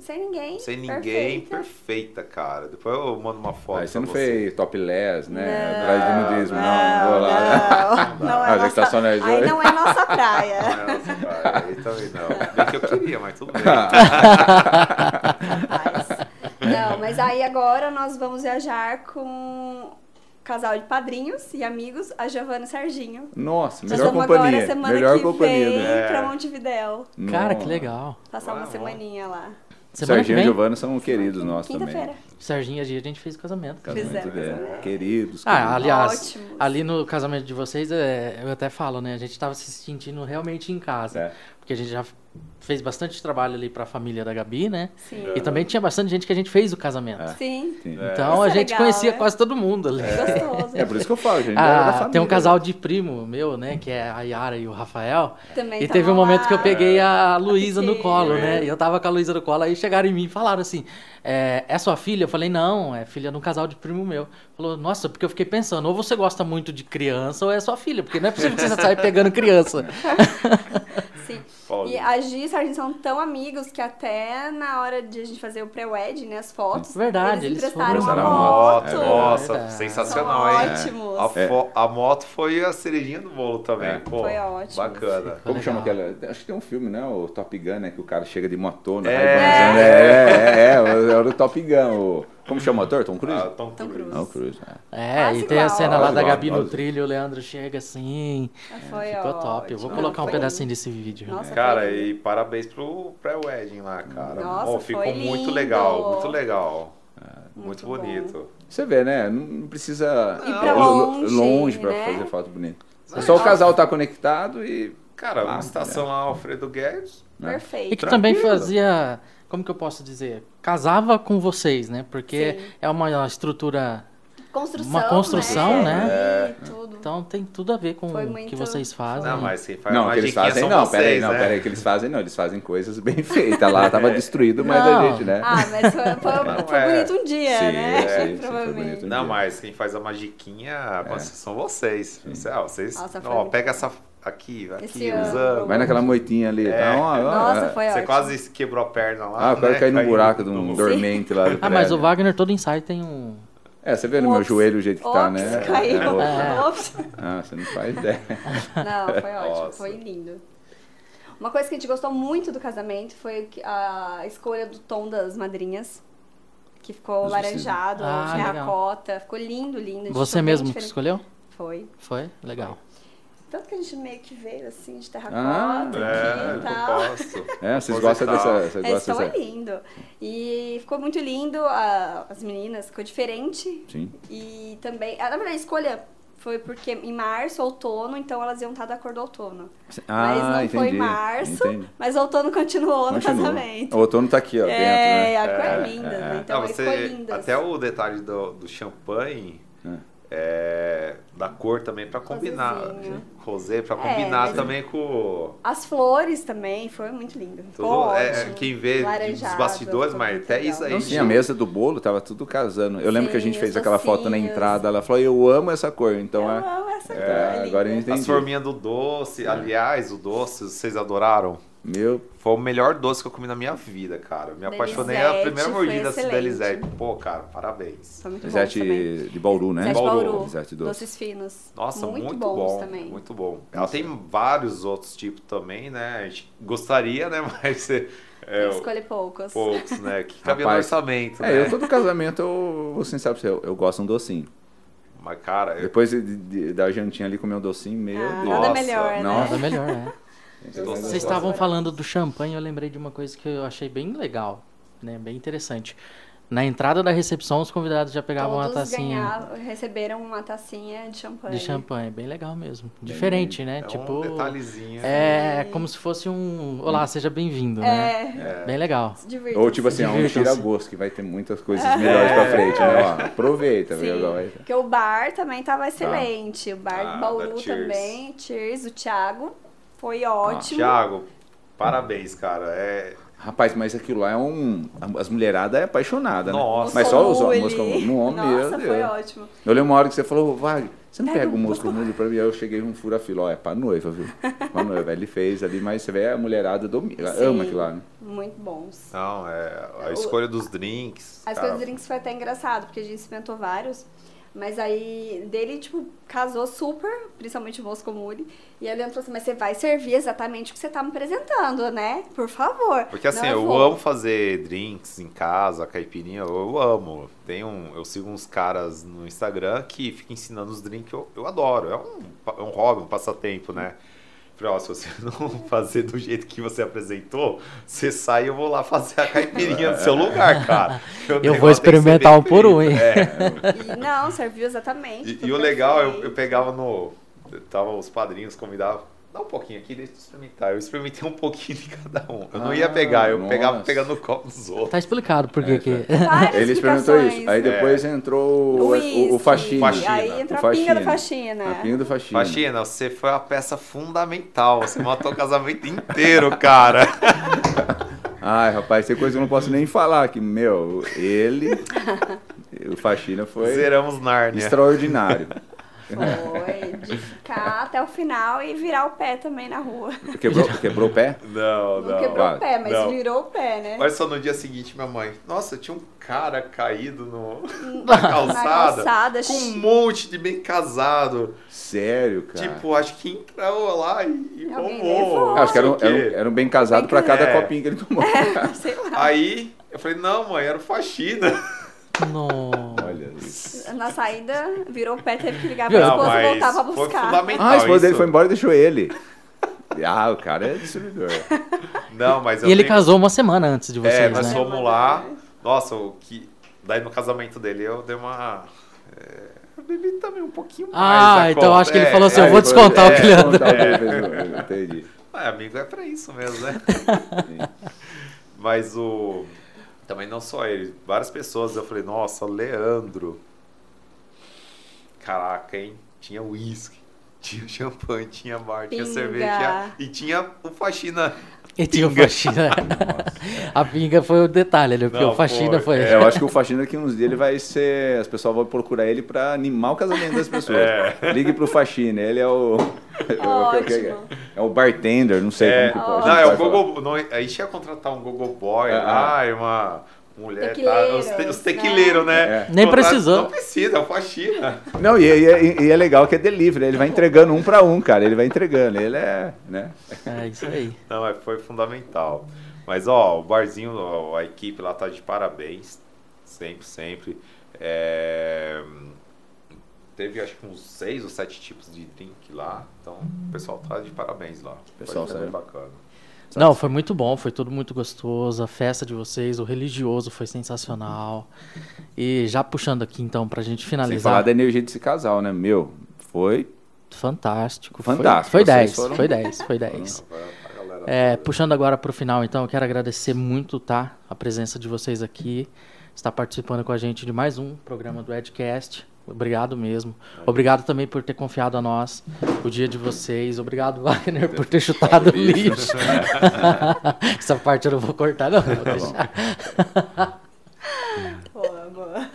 C: Sem ninguém.
D: sem ninguém,
C: perfeita.
D: perfeita, cara. Depois eu mando uma foto.
A: Aí você
D: pra
A: não fez topless, né?
C: Não,
A: Praia de nudismo, não, não vou lá.
C: Não, não é
A: Ah, já que tá
C: nossa-
A: só nós
C: Aí
A: dois.
C: não é nossa praia.
D: Não, cara, aí também não. Bem que eu queria, mas tudo bem.
C: Rapaz. Não, mas aí agora nós vamos viajar com um casal de padrinhos e amigos, a Giovana e o Serginho.
A: Nossa,
C: Nós
A: melhor
C: vamos agora
A: companhia.
C: semana
A: Melhor
C: que
A: companhia,
C: vem
A: né?
C: pra Montevidéu.
A: Nossa.
B: Cara, que legal.
C: Passar uma
D: Uau.
C: semaninha lá.
B: Semana que
A: Serginho e
B: vem,
A: Giovana são queridos nossos também.
C: Quinta-feira. é.
B: Serginho e a Gia, a gente fez o casamento. cara.
A: Casamento
C: Fizemos.
A: dela. Queridos,
B: Ah,
A: queridos.
B: aliás,
C: Ótimos.
B: ali no casamento de vocês, é, eu até falo, né? A gente tava se sentindo realmente em casa.
A: É.
B: Porque a gente já fez bastante trabalho ali pra família da Gabi, né?
C: Sim.
B: E também tinha bastante gente que a gente fez o casamento.
C: Sim.
A: Sim.
B: Então
C: Isso
B: a
C: é
B: gente
C: legal,
B: conhecia
C: né?
B: quase todo mundo ali.
C: Gostoso.
A: É. É por isso que eu falo, gente.
B: Ah,
A: era da família. né?
B: tem um casal de primo meu, né? Que é a Yara e o Rafael.
C: Também tá
B: e teve um
C: tava
B: momento
C: então lá.
B: que eu peguei a Luísa no
C: Sim.
B: colo, né? E eu tava com a Luísa no colo, aí chegaram em mim e falaram assim: é, é sua filha? Eu falei, não, é filha de um casal de primo meu. Falou, nossa, porque eu fiquei pensando, ou você gosta muito de criança ou é sua filha, porque não é possível que você saia pegando criança.
C: Sim.
D: Olha.
C: E a Gi e o Sargento são tão amigos que até na hora de a gente fazer o pré-wed, né, as fotos,
B: Verdade,
C: eles
B: eles
C: emprestaram
A: foram. Emprestaram
C: uma moto.
A: a moto, é.
D: Nossa,
B: Verdade.
D: sensacional,
C: São
D: hein?
C: ótimos.
D: A, fo- a moto foi a cerejinha do bolo também.
A: É.
D: Pô,
C: Foi ótimo.
D: Bacana.
A: Como que chama
B: Legal.
A: aquela? Acho que tem um filme, né? O Top Gun, né? Que o cara chega de motona.
D: É.
A: Ray-Banzão, É, é, é, é, Era o Top Gun. O... Como chama o ator? Tom Cruise?
D: Ah, Tom
C: Tom
D: Cruise.
C: Cruise.
A: Não, Cruise. é.
B: É,
C: Quase
B: e tem a
C: igual.
B: cena lá
A: Quase
B: da
A: igual,
B: Gabi no
A: quase.
B: trilho, o Leandro chega assim.
C: Foi
B: Ficou top. Eu vou
C: ótimo.
B: colocar um
C: Foi-
B: pedacinho desse vídeo.
C: Nossa,
D: Cara,
C: foi
D: e parabéns pro pré-wedding lá, cara.
C: Nossa,
D: Ó, ficou
C: foi
D: muito
C: lindo.
D: legal, muito legal. É,
C: Muito
D: Muito
C: bom.
D: bonito.
A: Você vê, né? Não precisa
C: Ir pra
A: lo-
C: longe,
A: longe pra
C: né?
A: fazer foto bonita. É só o casal tá conectado e.
D: Cara, uma
A: Ah,
D: estação lá, Alfredo Guedes.
C: Perfeito.
B: E que também
D: Tranquilo.
B: fazia, como que eu posso dizer? Casava com vocês, né? Porque
C: Sim.
B: é uma estrutura.
C: Construção,
B: uma construção,
C: né? E tudo.
B: Então tem tudo a ver com
C: Foi
B: o
C: muito-
B: que vocês fazem.
D: Não, mas quem faz
A: Não, o
D: uma
A: que eles
D: diquinha
A: fazem
D: são
A: não,
D: vocês,
A: peraí, não,
D: né?
A: peraí, que eles fazem não, eles fazem coisas bem feitas. Lá tava destruído, mas a
B: Não.
A: gente, né?
C: Ah, mas foi, foi- foi
D: é.
C: bonito um dia,
A: Sim,
C: né?
A: sim, sim, foi
C: Provavelmente.
A: bonito.
D: Não, mas quem faz a
A: É.
D: magiquinha vocês são vocês. Você- ah, vocês.
C: Nossa, foi
D: ó,
C: muito
D: pega essa aqui,
C: Esse
D: aqui,
C: ano.
D: usando.
A: Vai naquela moitinha ali. Tá, ó, ó,
C: Nossa,
A: ó.
C: foi
D: Você
C: ótimo.
D: quase quebrou a perna lá.
A: Ah, eu quero
D: né?
A: cair num
D: Caiu
A: buraco de
D: no-
A: um
D: no-
A: dormente lá do
B: Ah, mas o
A: prédio.
B: Wagner todo ensaio tem um.
A: É, você vê no meu
C: Ops,
A: joelho o jeito que tá,
C: Ops,
A: né?
C: Caiu.
A: É, ops.
B: É.
C: Ops.
A: Ah, você não faz ideia.
C: Não, foi ótimo,
D: Nossa.
C: foi lindo. Uma coisa que a gente gostou muito do casamento foi que- a escolha do tom das madrinhas, que ficou
A: Dos
C: laranjado,
B: vestidos. Ah,
C: terracota, ficou lindo, lindo. a gente
B: Você
C: ficou bem
B: mesmo que
C: diferente.
B: escolheu?
C: Foi.
B: Foi? Legal.
C: Tanto que a gente meio que veio assim de
A: Ah,
C: terracota
D: É,
C: aqui e tal.
D: composto.
A: É, vocês gostam dessa. Vocês
C: Esse
A: gostam
C: tom é
A: dessa...
C: lindo. E ficou muito lindo, a- as meninas, ficou diferente.
A: Sim.
C: E também, ah, na verdade, a escolha foi porque em março, outono, então elas iam estar da cor do outono. Mas não
A: Ah, entendi.
C: foi março,
A: Entendi.
C: mas outono continuou no
A: Continua.
C: casamento.
A: O outono tá aqui, ó, dentro, né?
C: É, a cor é linda, né? Então
D: Não,
C: aí
D: Ah, você-
C: ficou linda.
D: até o detalhe do, do champanhe, é, da cor também pra combinar.
C: Rosézinho.
D: Rosé pra
C: É,
D: combinar
C: mas-
D: também com...
C: As flores também, foi muito lindo. Ficou
D: Tudo, é,
C: ótimo.
D: quem vê os
C: Laranjado,
D: bastidores,
C: ficou
D: mas
C: muito
D: até
C: legal.
D: isso aí.
A: Não é
D: gente.
A: tinha a mesa do bolo, tava tudo casando. Eu lembro que a gente
C: Sim,
A: fez
C: os
A: aquela foto na
C: docinhos.
A: entrada, ela falou, eu amo essa cor, então
C: Eu
A: é.
C: amo essa cor,
A: é,
C: é
A: agora eu
C: linda.
A: entendi. É.
D: As forminhas do doce, aliás, o doce, vocês adoraram?
A: Meu,
D: Foi o melhor doce que eu comi na minha vida, cara. Eu Me apaixonei a
C: Delizete,
D: primeira
C: foi
D: mordida assim, da
C: excelente.
D: Elisete. Pô, cara, parabéns.
C: Foi muito bom também.
A: Zete de Bauru, né?
C: Zete Bauru,
A: Zete do...
C: doces finos.
D: Nossa, muito,
C: muito, bons
D: bom.
C: também.
D: Muito bom. Ela tem vários outros tipos também, né? A gente gostaria, né? Mas é, é,
C: Escolhi poucos.
D: poucos, né? Que cabia no
A: Rapaz,
D: orçamento,
A: É, eu
D: né?
A: todo casamento, eu, vou sincero pra você, eu, eu gosto de um docinho.
D: Mas, cara, eu...
A: Depois de- de- da jantinha ali, comer um docinho, meu
C: Ah,
A: Deus.
C: nada
D: Nossa,
C: melhor, né?
A: nossa.
B: Mas é melhor, né? Vocês estavam falando do champanhe, eu lembrei de uma coisa que eu achei bem legal, né? Bem interessante. Na entrada da recepção, os convidados já pegavam uma
C: Todos
B: tacinha
C: ganharam- receberam uma tacinha de champanhe.
B: de champanhe. Bem legal mesmo. Diferente, né?
D: É
B: tipo.
D: um detalhezinho.
B: é como se fosse um. Olá, seja bem-vindo, né?
C: É,
B: Bem legal.
C: se divirtam.
A: Ou tipo assim, é um
B: Divirtam-se.
A: tira-gosto, que vai ter muitas coisas
C: É.
A: melhores pra frente, né? Ó, aproveita, viu? Vai-
C: Porque o bar também tava excelente. O bar do
D: Ah, da
C: Bauru
D: Cheers. Ah,
C: também. Cheers, o Thiago foi ótimo.
D: Tiago, parabéns, cara. É,
A: Rapaz, mas aquilo lá é um. As mulheradas é apaixonada, né?
D: Nossa.
A: Mas só os
C: Mule.
A: homens no homem,
C: Nossa,
A: meu
C: foi
A: Deus.
C: ótimo.
A: Eu lembro uma hora que você falou, "Ô, Wagner, você não
C: Pega
A: pega o
C: um
A: músculo mundo pra mim? Aí eu cheguei um fura-filo, ó, é pra noiva, viu? Pra noiva. Ele fez ali, mas você vê a mulherada domina, ela ama
C: Sim.
A: aquilo lá, né?
C: Muito bons.
D: não, é a
C: O-
D: escolha dos drinks.
C: A
D: cara,
C: escolha dos drinks foi até engraçado, porque a gente experimentou vários. Mas aí, dele, tipo, casou super, principalmente o Mosco Mule. E a Leandro falou assim, mas você vai servir exatamente o que você tá me apresentando, né? Por favor.
D: Porque assim,
C: Não,
D: eu,
C: vou.
D: amo fazer drinks em casa, caipirinha, eu, eu amo. Tem um, eu sigo uns caras no Instagram que ficam ensinando os drinks, eu, eu adoro. É um, pa- é um hobby, um passatempo, né? Falei, ó, se você não fazer do jeito que você apresentou, você sai e eu vou lá fazer a caipirinha no seu lugar, cara. O
B: Eu vou
D: negócio tem que ser é.
B: experimentar
D: bem
B: um por um,
D: feito.
B: hein?
C: E não, serviu exatamente.
D: E,
C: foi
D: e o legal, eu, eu
C: perfeito.
D: pegava no. Tava os padrinhos convidavam. Dá um pouquinho aqui, deixa eu experimentar. Eu experimentei um pouquinho de cada um. Eu não ia
A: Ah,
D: pegar, eu pegava
A: nossa.
D: pegando no copo dos outros.
B: Tá explicado por que que.
D: É,
C: Várias
A: Ele experimentou
C: explicações. É.
A: isso. Aí depois entrou o, o, o
C: Whisky.
A: faxina.
D: Faxina.
C: Aí entra
A: O
C: a pinga do
A: faxina.
C: faxina.
A: A pinga do faxina.
D: Faxina, você foi a peça fundamental. Você matou o casamento inteiro, cara.
A: Ai, rapaz, tem coisa que eu não posso nem falar que meu, ele. o faxina foi
D: Zeramos Nárnia.
A: extraordinário.
C: Foi, de ficar até o final e virar o pé também na rua.
A: Quebrou, quebrou o pé?
D: Não,
C: Não,
D: não.
C: quebrou né?
A: vai,
C: o pé, mas
D: não.
C: virou o pé, né?
D: Olha só no dia seguinte, minha mãe. Nossa, tinha um cara caído no, na calçada.
C: Hum, calçada,
D: Com um
C: chi-
D: monte de bem casado.
A: Sério, cara.
D: Tipo, acho que entrou lá e, e
C: Alguém
D: roubou.
C: levou.
A: Ah, os caras
D: não sei o
A: eram,
D: quê.
A: eram, eram bem casados pra cada
D: É.
A: copinha que ele tomou.
C: Sei lá.
D: Aí eu falei, não, mãe, era o faxina. é.
B: Nossa.
A: Olha isso.
C: Na saída, virou o pé, teve que ligar pra
B: Não,
C: esposa
D: mas
C: e voltar pra
D: foi
C: buscar.
D: fundamental.
A: Ah, a esposa
D: É isso.
A: dele foi embora e deixou ele. Ah, o cara é destruidor.
D: Não, mas
A: Então
D: eu
B: E ele
D: tenho-
B: casou uma semana antes de
D: É,
B: vocês,
D: nós
B: né?
C: somos-
D: fomos lá. Nossa, o que. Daí no casamento dele eu dei uma. é, Eu bebi também um pouquinho mais.
B: Ah,
D: da
B: então
D: conta.
B: acho que ele
D: É,
B: falou assim,
D: é,
B: eu vou
A: Aí
D: ele
A: foi-
D: falou,
B: descontar o
D: é,
B: que ele andou.
A: descontar o que ele fez no- Entendi.
D: Ah, amigo, é pra isso mesmo, né? Mas o. Também não só ele, várias pessoas. Eu falei, nossa, Leandro. Caraca, hein? Tinha uísque, tinha champanhe, tinha bar, tinha
C: Pinga.
D: cerveja tinha- e tinha o faxina.
A: um
B: E tinha o faxina. A pinga foi o detalhe ali, porque
D: Não,
B: o faxina foi.
D: foi.
A: É, eu acho que o faxina daqui uns dias ele vai ser. As pessoas vão procurar ele pra animar o casamento das pessoas.
D: É.
A: Ligue pro faxina, ele é o. é o que-
C: Ótimo.
A: É o bartender, não sei
D: É,
A: como que
C: Ó.
A: pode.
D: não, é
A: pode
D: o
A: falar.
D: gogo, não, a gente ia contratar um gogo boy,
A: É,
D: ah, é uma mulher, tá, os, te, os
C: Tequileiros,
D: tequileiros, né?
A: É.
B: Nem
D: Contrata-
B: precisou.
D: Não precisa, é o faxina.
A: Não, e, e- e é legal que é delivery, ele vai entregando um pra um, cara. Ele vai entregando, ele é. Né?
B: É isso aí.
D: Não, mas foi fundamental. Mas, ó, o barzinho, ó, a equipe lá tá de parabéns. Sempre, sempre. É, Teve, acho que uns seis ou sete tipos de drink lá. Então, o pessoal tá de parabéns lá.
A: Pessoal,
D: foi bem
A: sério.
D: bacana.
B: Não, foi muito bom, foi tudo muito gostoso. A festa de vocês, o religioso foi sensacional. E já puxando aqui então pra gente
A: Sem falar
B: finalizar.
A: da energia desse casal, né? Meu, foi.
B: Fantástico. foi-
A: Fantástico,
B: Foi
A: vocês
B: 10,
A: foram-
B: foi 10, foi 10.
D: Agora a galera tá-
B: É, puxando agora pro final, então, eu quero agradecer muito, tá? A presença de vocês aqui. Está participando com a gente de mais um programa do Edcast. Obrigado mesmo. Obrigado também por ter confiado a nós o dia de vocês. Obrigado, Wagner, por ter chutado o lixo. Essa parte eu não vou cortar, não. Vou deixar.
C: Boa, boa.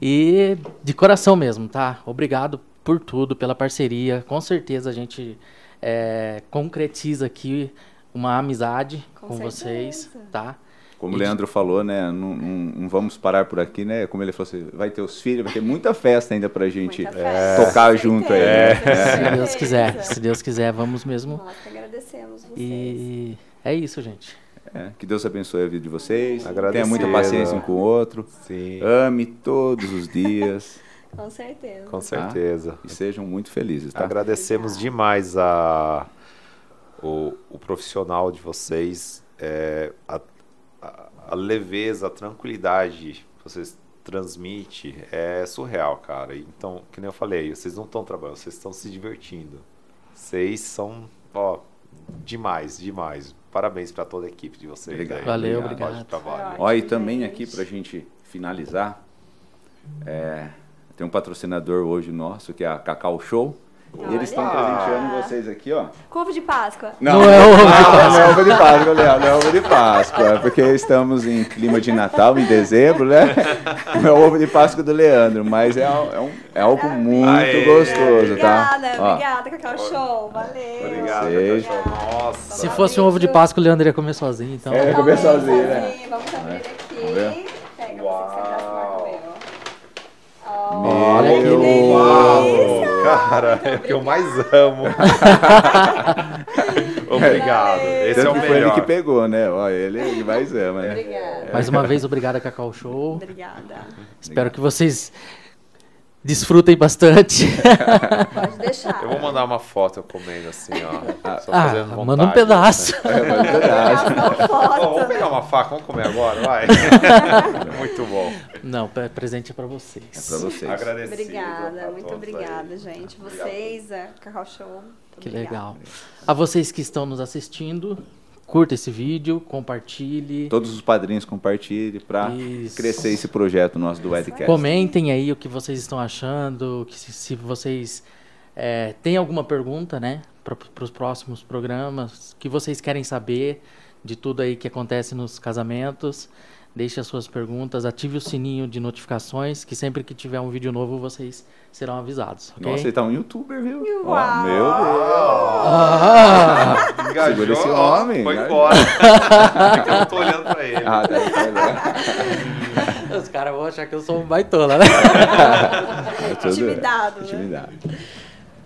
B: E de coração mesmo, tá? Obrigado por tudo, pela parceria. Com certeza a gente é, concretiza aqui uma amizade com,
C: Com
B: vocês,
C: certeza.
B: tá?
A: Como o Leandro falou, né? Não, não- não vamos parar por aqui, né? Como ele falou, assim, vai ter os filhos, vai ter muita festa ainda pra gente é,
C: Muita festa.
A: tocar
C: Com
A: junto aí.
D: É.
C: certeza,
A: né?
C: com
B: Se Deus
C: certeza.
B: quiser, se Deus quiser, vamos mesmo.
C: Nós que agradecemos vocês.
B: E é isso, gente.
A: É, que Deus abençoe a vida de vocês. Tenha
D: Agradecer,
A: muita paciência
D: né?
A: um com o outro.
D: Sim,
A: Ame todos os dias
C: Com certeza.
D: com certeza.
A: e sejam muito felizes, tá?
D: Agradecemos demais a, o, o profissional de vocês, é, a, a, a leveza, a tranquilidade que vocês transmitem é surreal, cara. Então, que nem eu falei, vocês não estão trabalhando, vocês estão se divertindo. Vocês são, ó, demais, demais. Parabéns para toda a equipe de vocês.
A: Obrigado.
D: aí.
B: Valeu,
D: Obrigado.
B: obrigado.
D: Trabalho.
A: Ó, e também aqui para a gente finalizar, é, tem um patrocinador hoje nosso que é a Cacau Show. E eles estão
D: Olha!
A: presenteando vocês aqui, ó.
C: Com ovo de Páscoa.
B: Não é ovo de
A: Páscoa. Não é ovo de Páscoa, Léo, não é ovo de Páscoa. é Porque estamos em clima de Natal, em dezembro, né? Não é o ovo de Páscoa do Leandro, mas é, al- é um- é algo muito
D: Aê!
A: gostoso, tá?
C: Obrigada,
A: Ó,
C: obrigada, Cacau Show. Valeu.
D: Obrigado,
A: Vocês.
D: pessoal. Nossa.
B: Se fosse um ovo de Páscoa, o Leandro ia comer sozinho, então.
A: É. comer sozinho, né?
C: Vamos abrir
A: Vamos ver?
C: aqui. Pega
D: Uau.
C: você que você tá com o meu.
B: Olha que
A: Meu
B: delícia!
D: Uau! Cara, é o que eu mais amo. Obrigado. Esse é
A: Tanto
D: o
A: que foi ele
D: melhor.
A: que pegou, né? Ó, ele é o que mais ama, né?
C: Obrigada.
B: Mais uma vez, obrigado a Cacau Show.
C: Obrigada.
B: Espero que vocês desfrutem bastante.
C: Pode deixar.
D: Eu vou mandar uma foto eu comendo assim, ó. Só
B: Ah,
D: fazendo vontade,
B: manda um pedaço.
D: né?
C: Não,
D: Ó,
C: foto.
D: vamos pegar uma faca, vamos comer agora, vai. Muito bom.
B: Não, pre- presente é pra
A: É
B: vocês.
A: pra vocês.
D: Agradecido. a
C: Obrigada, muito
D: todos aí.
C: obrigada, gente. Vocês, a Cacau Show. muito
B: Que
C: obrigada.
B: legal. A vocês que estão nos assistindo, curta esse vídeo, compartilhe.
A: Todos os padrinhos compartilhem para
B: Isso.
A: crescer esse projeto nosso do Edcast.
B: Comentem aí o que vocês estão achando, que se, se vocês é, têm alguma pergunta, né, para os próximos programas, que vocês querem saber de tudo aí que acontece nos casamentos. Deixe as suas perguntas, ative o sininho de notificações, que sempre que tiver um vídeo novo vocês serão avisados, ok?
A: Nossa, ele tá um youtuber, viu? Ó,
C: Uau!
A: meu Deus!
D: Ah,
B: Ah!
D: Engajou,
A: Ah, Segura esse
D: ó,
A: homem, né?
D: Foi
A: engajou.
D: embora. Porque eu não tô olhando pra ele.
A: Ah, tá, tá, tá.
B: Os caras vão achar que eu sou um baitola, né?
A: Eu tá. tô doido.
C: Intimidado, né?
A: Intimidado.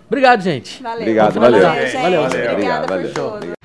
B: Obrigado, gente.
C: Valeu.
A: Obrigado,
B: valeu.
C: gente.
D: Valeu,
C: Obrigada
D: valeu.
C: por
A: Valeu.
C: tudo.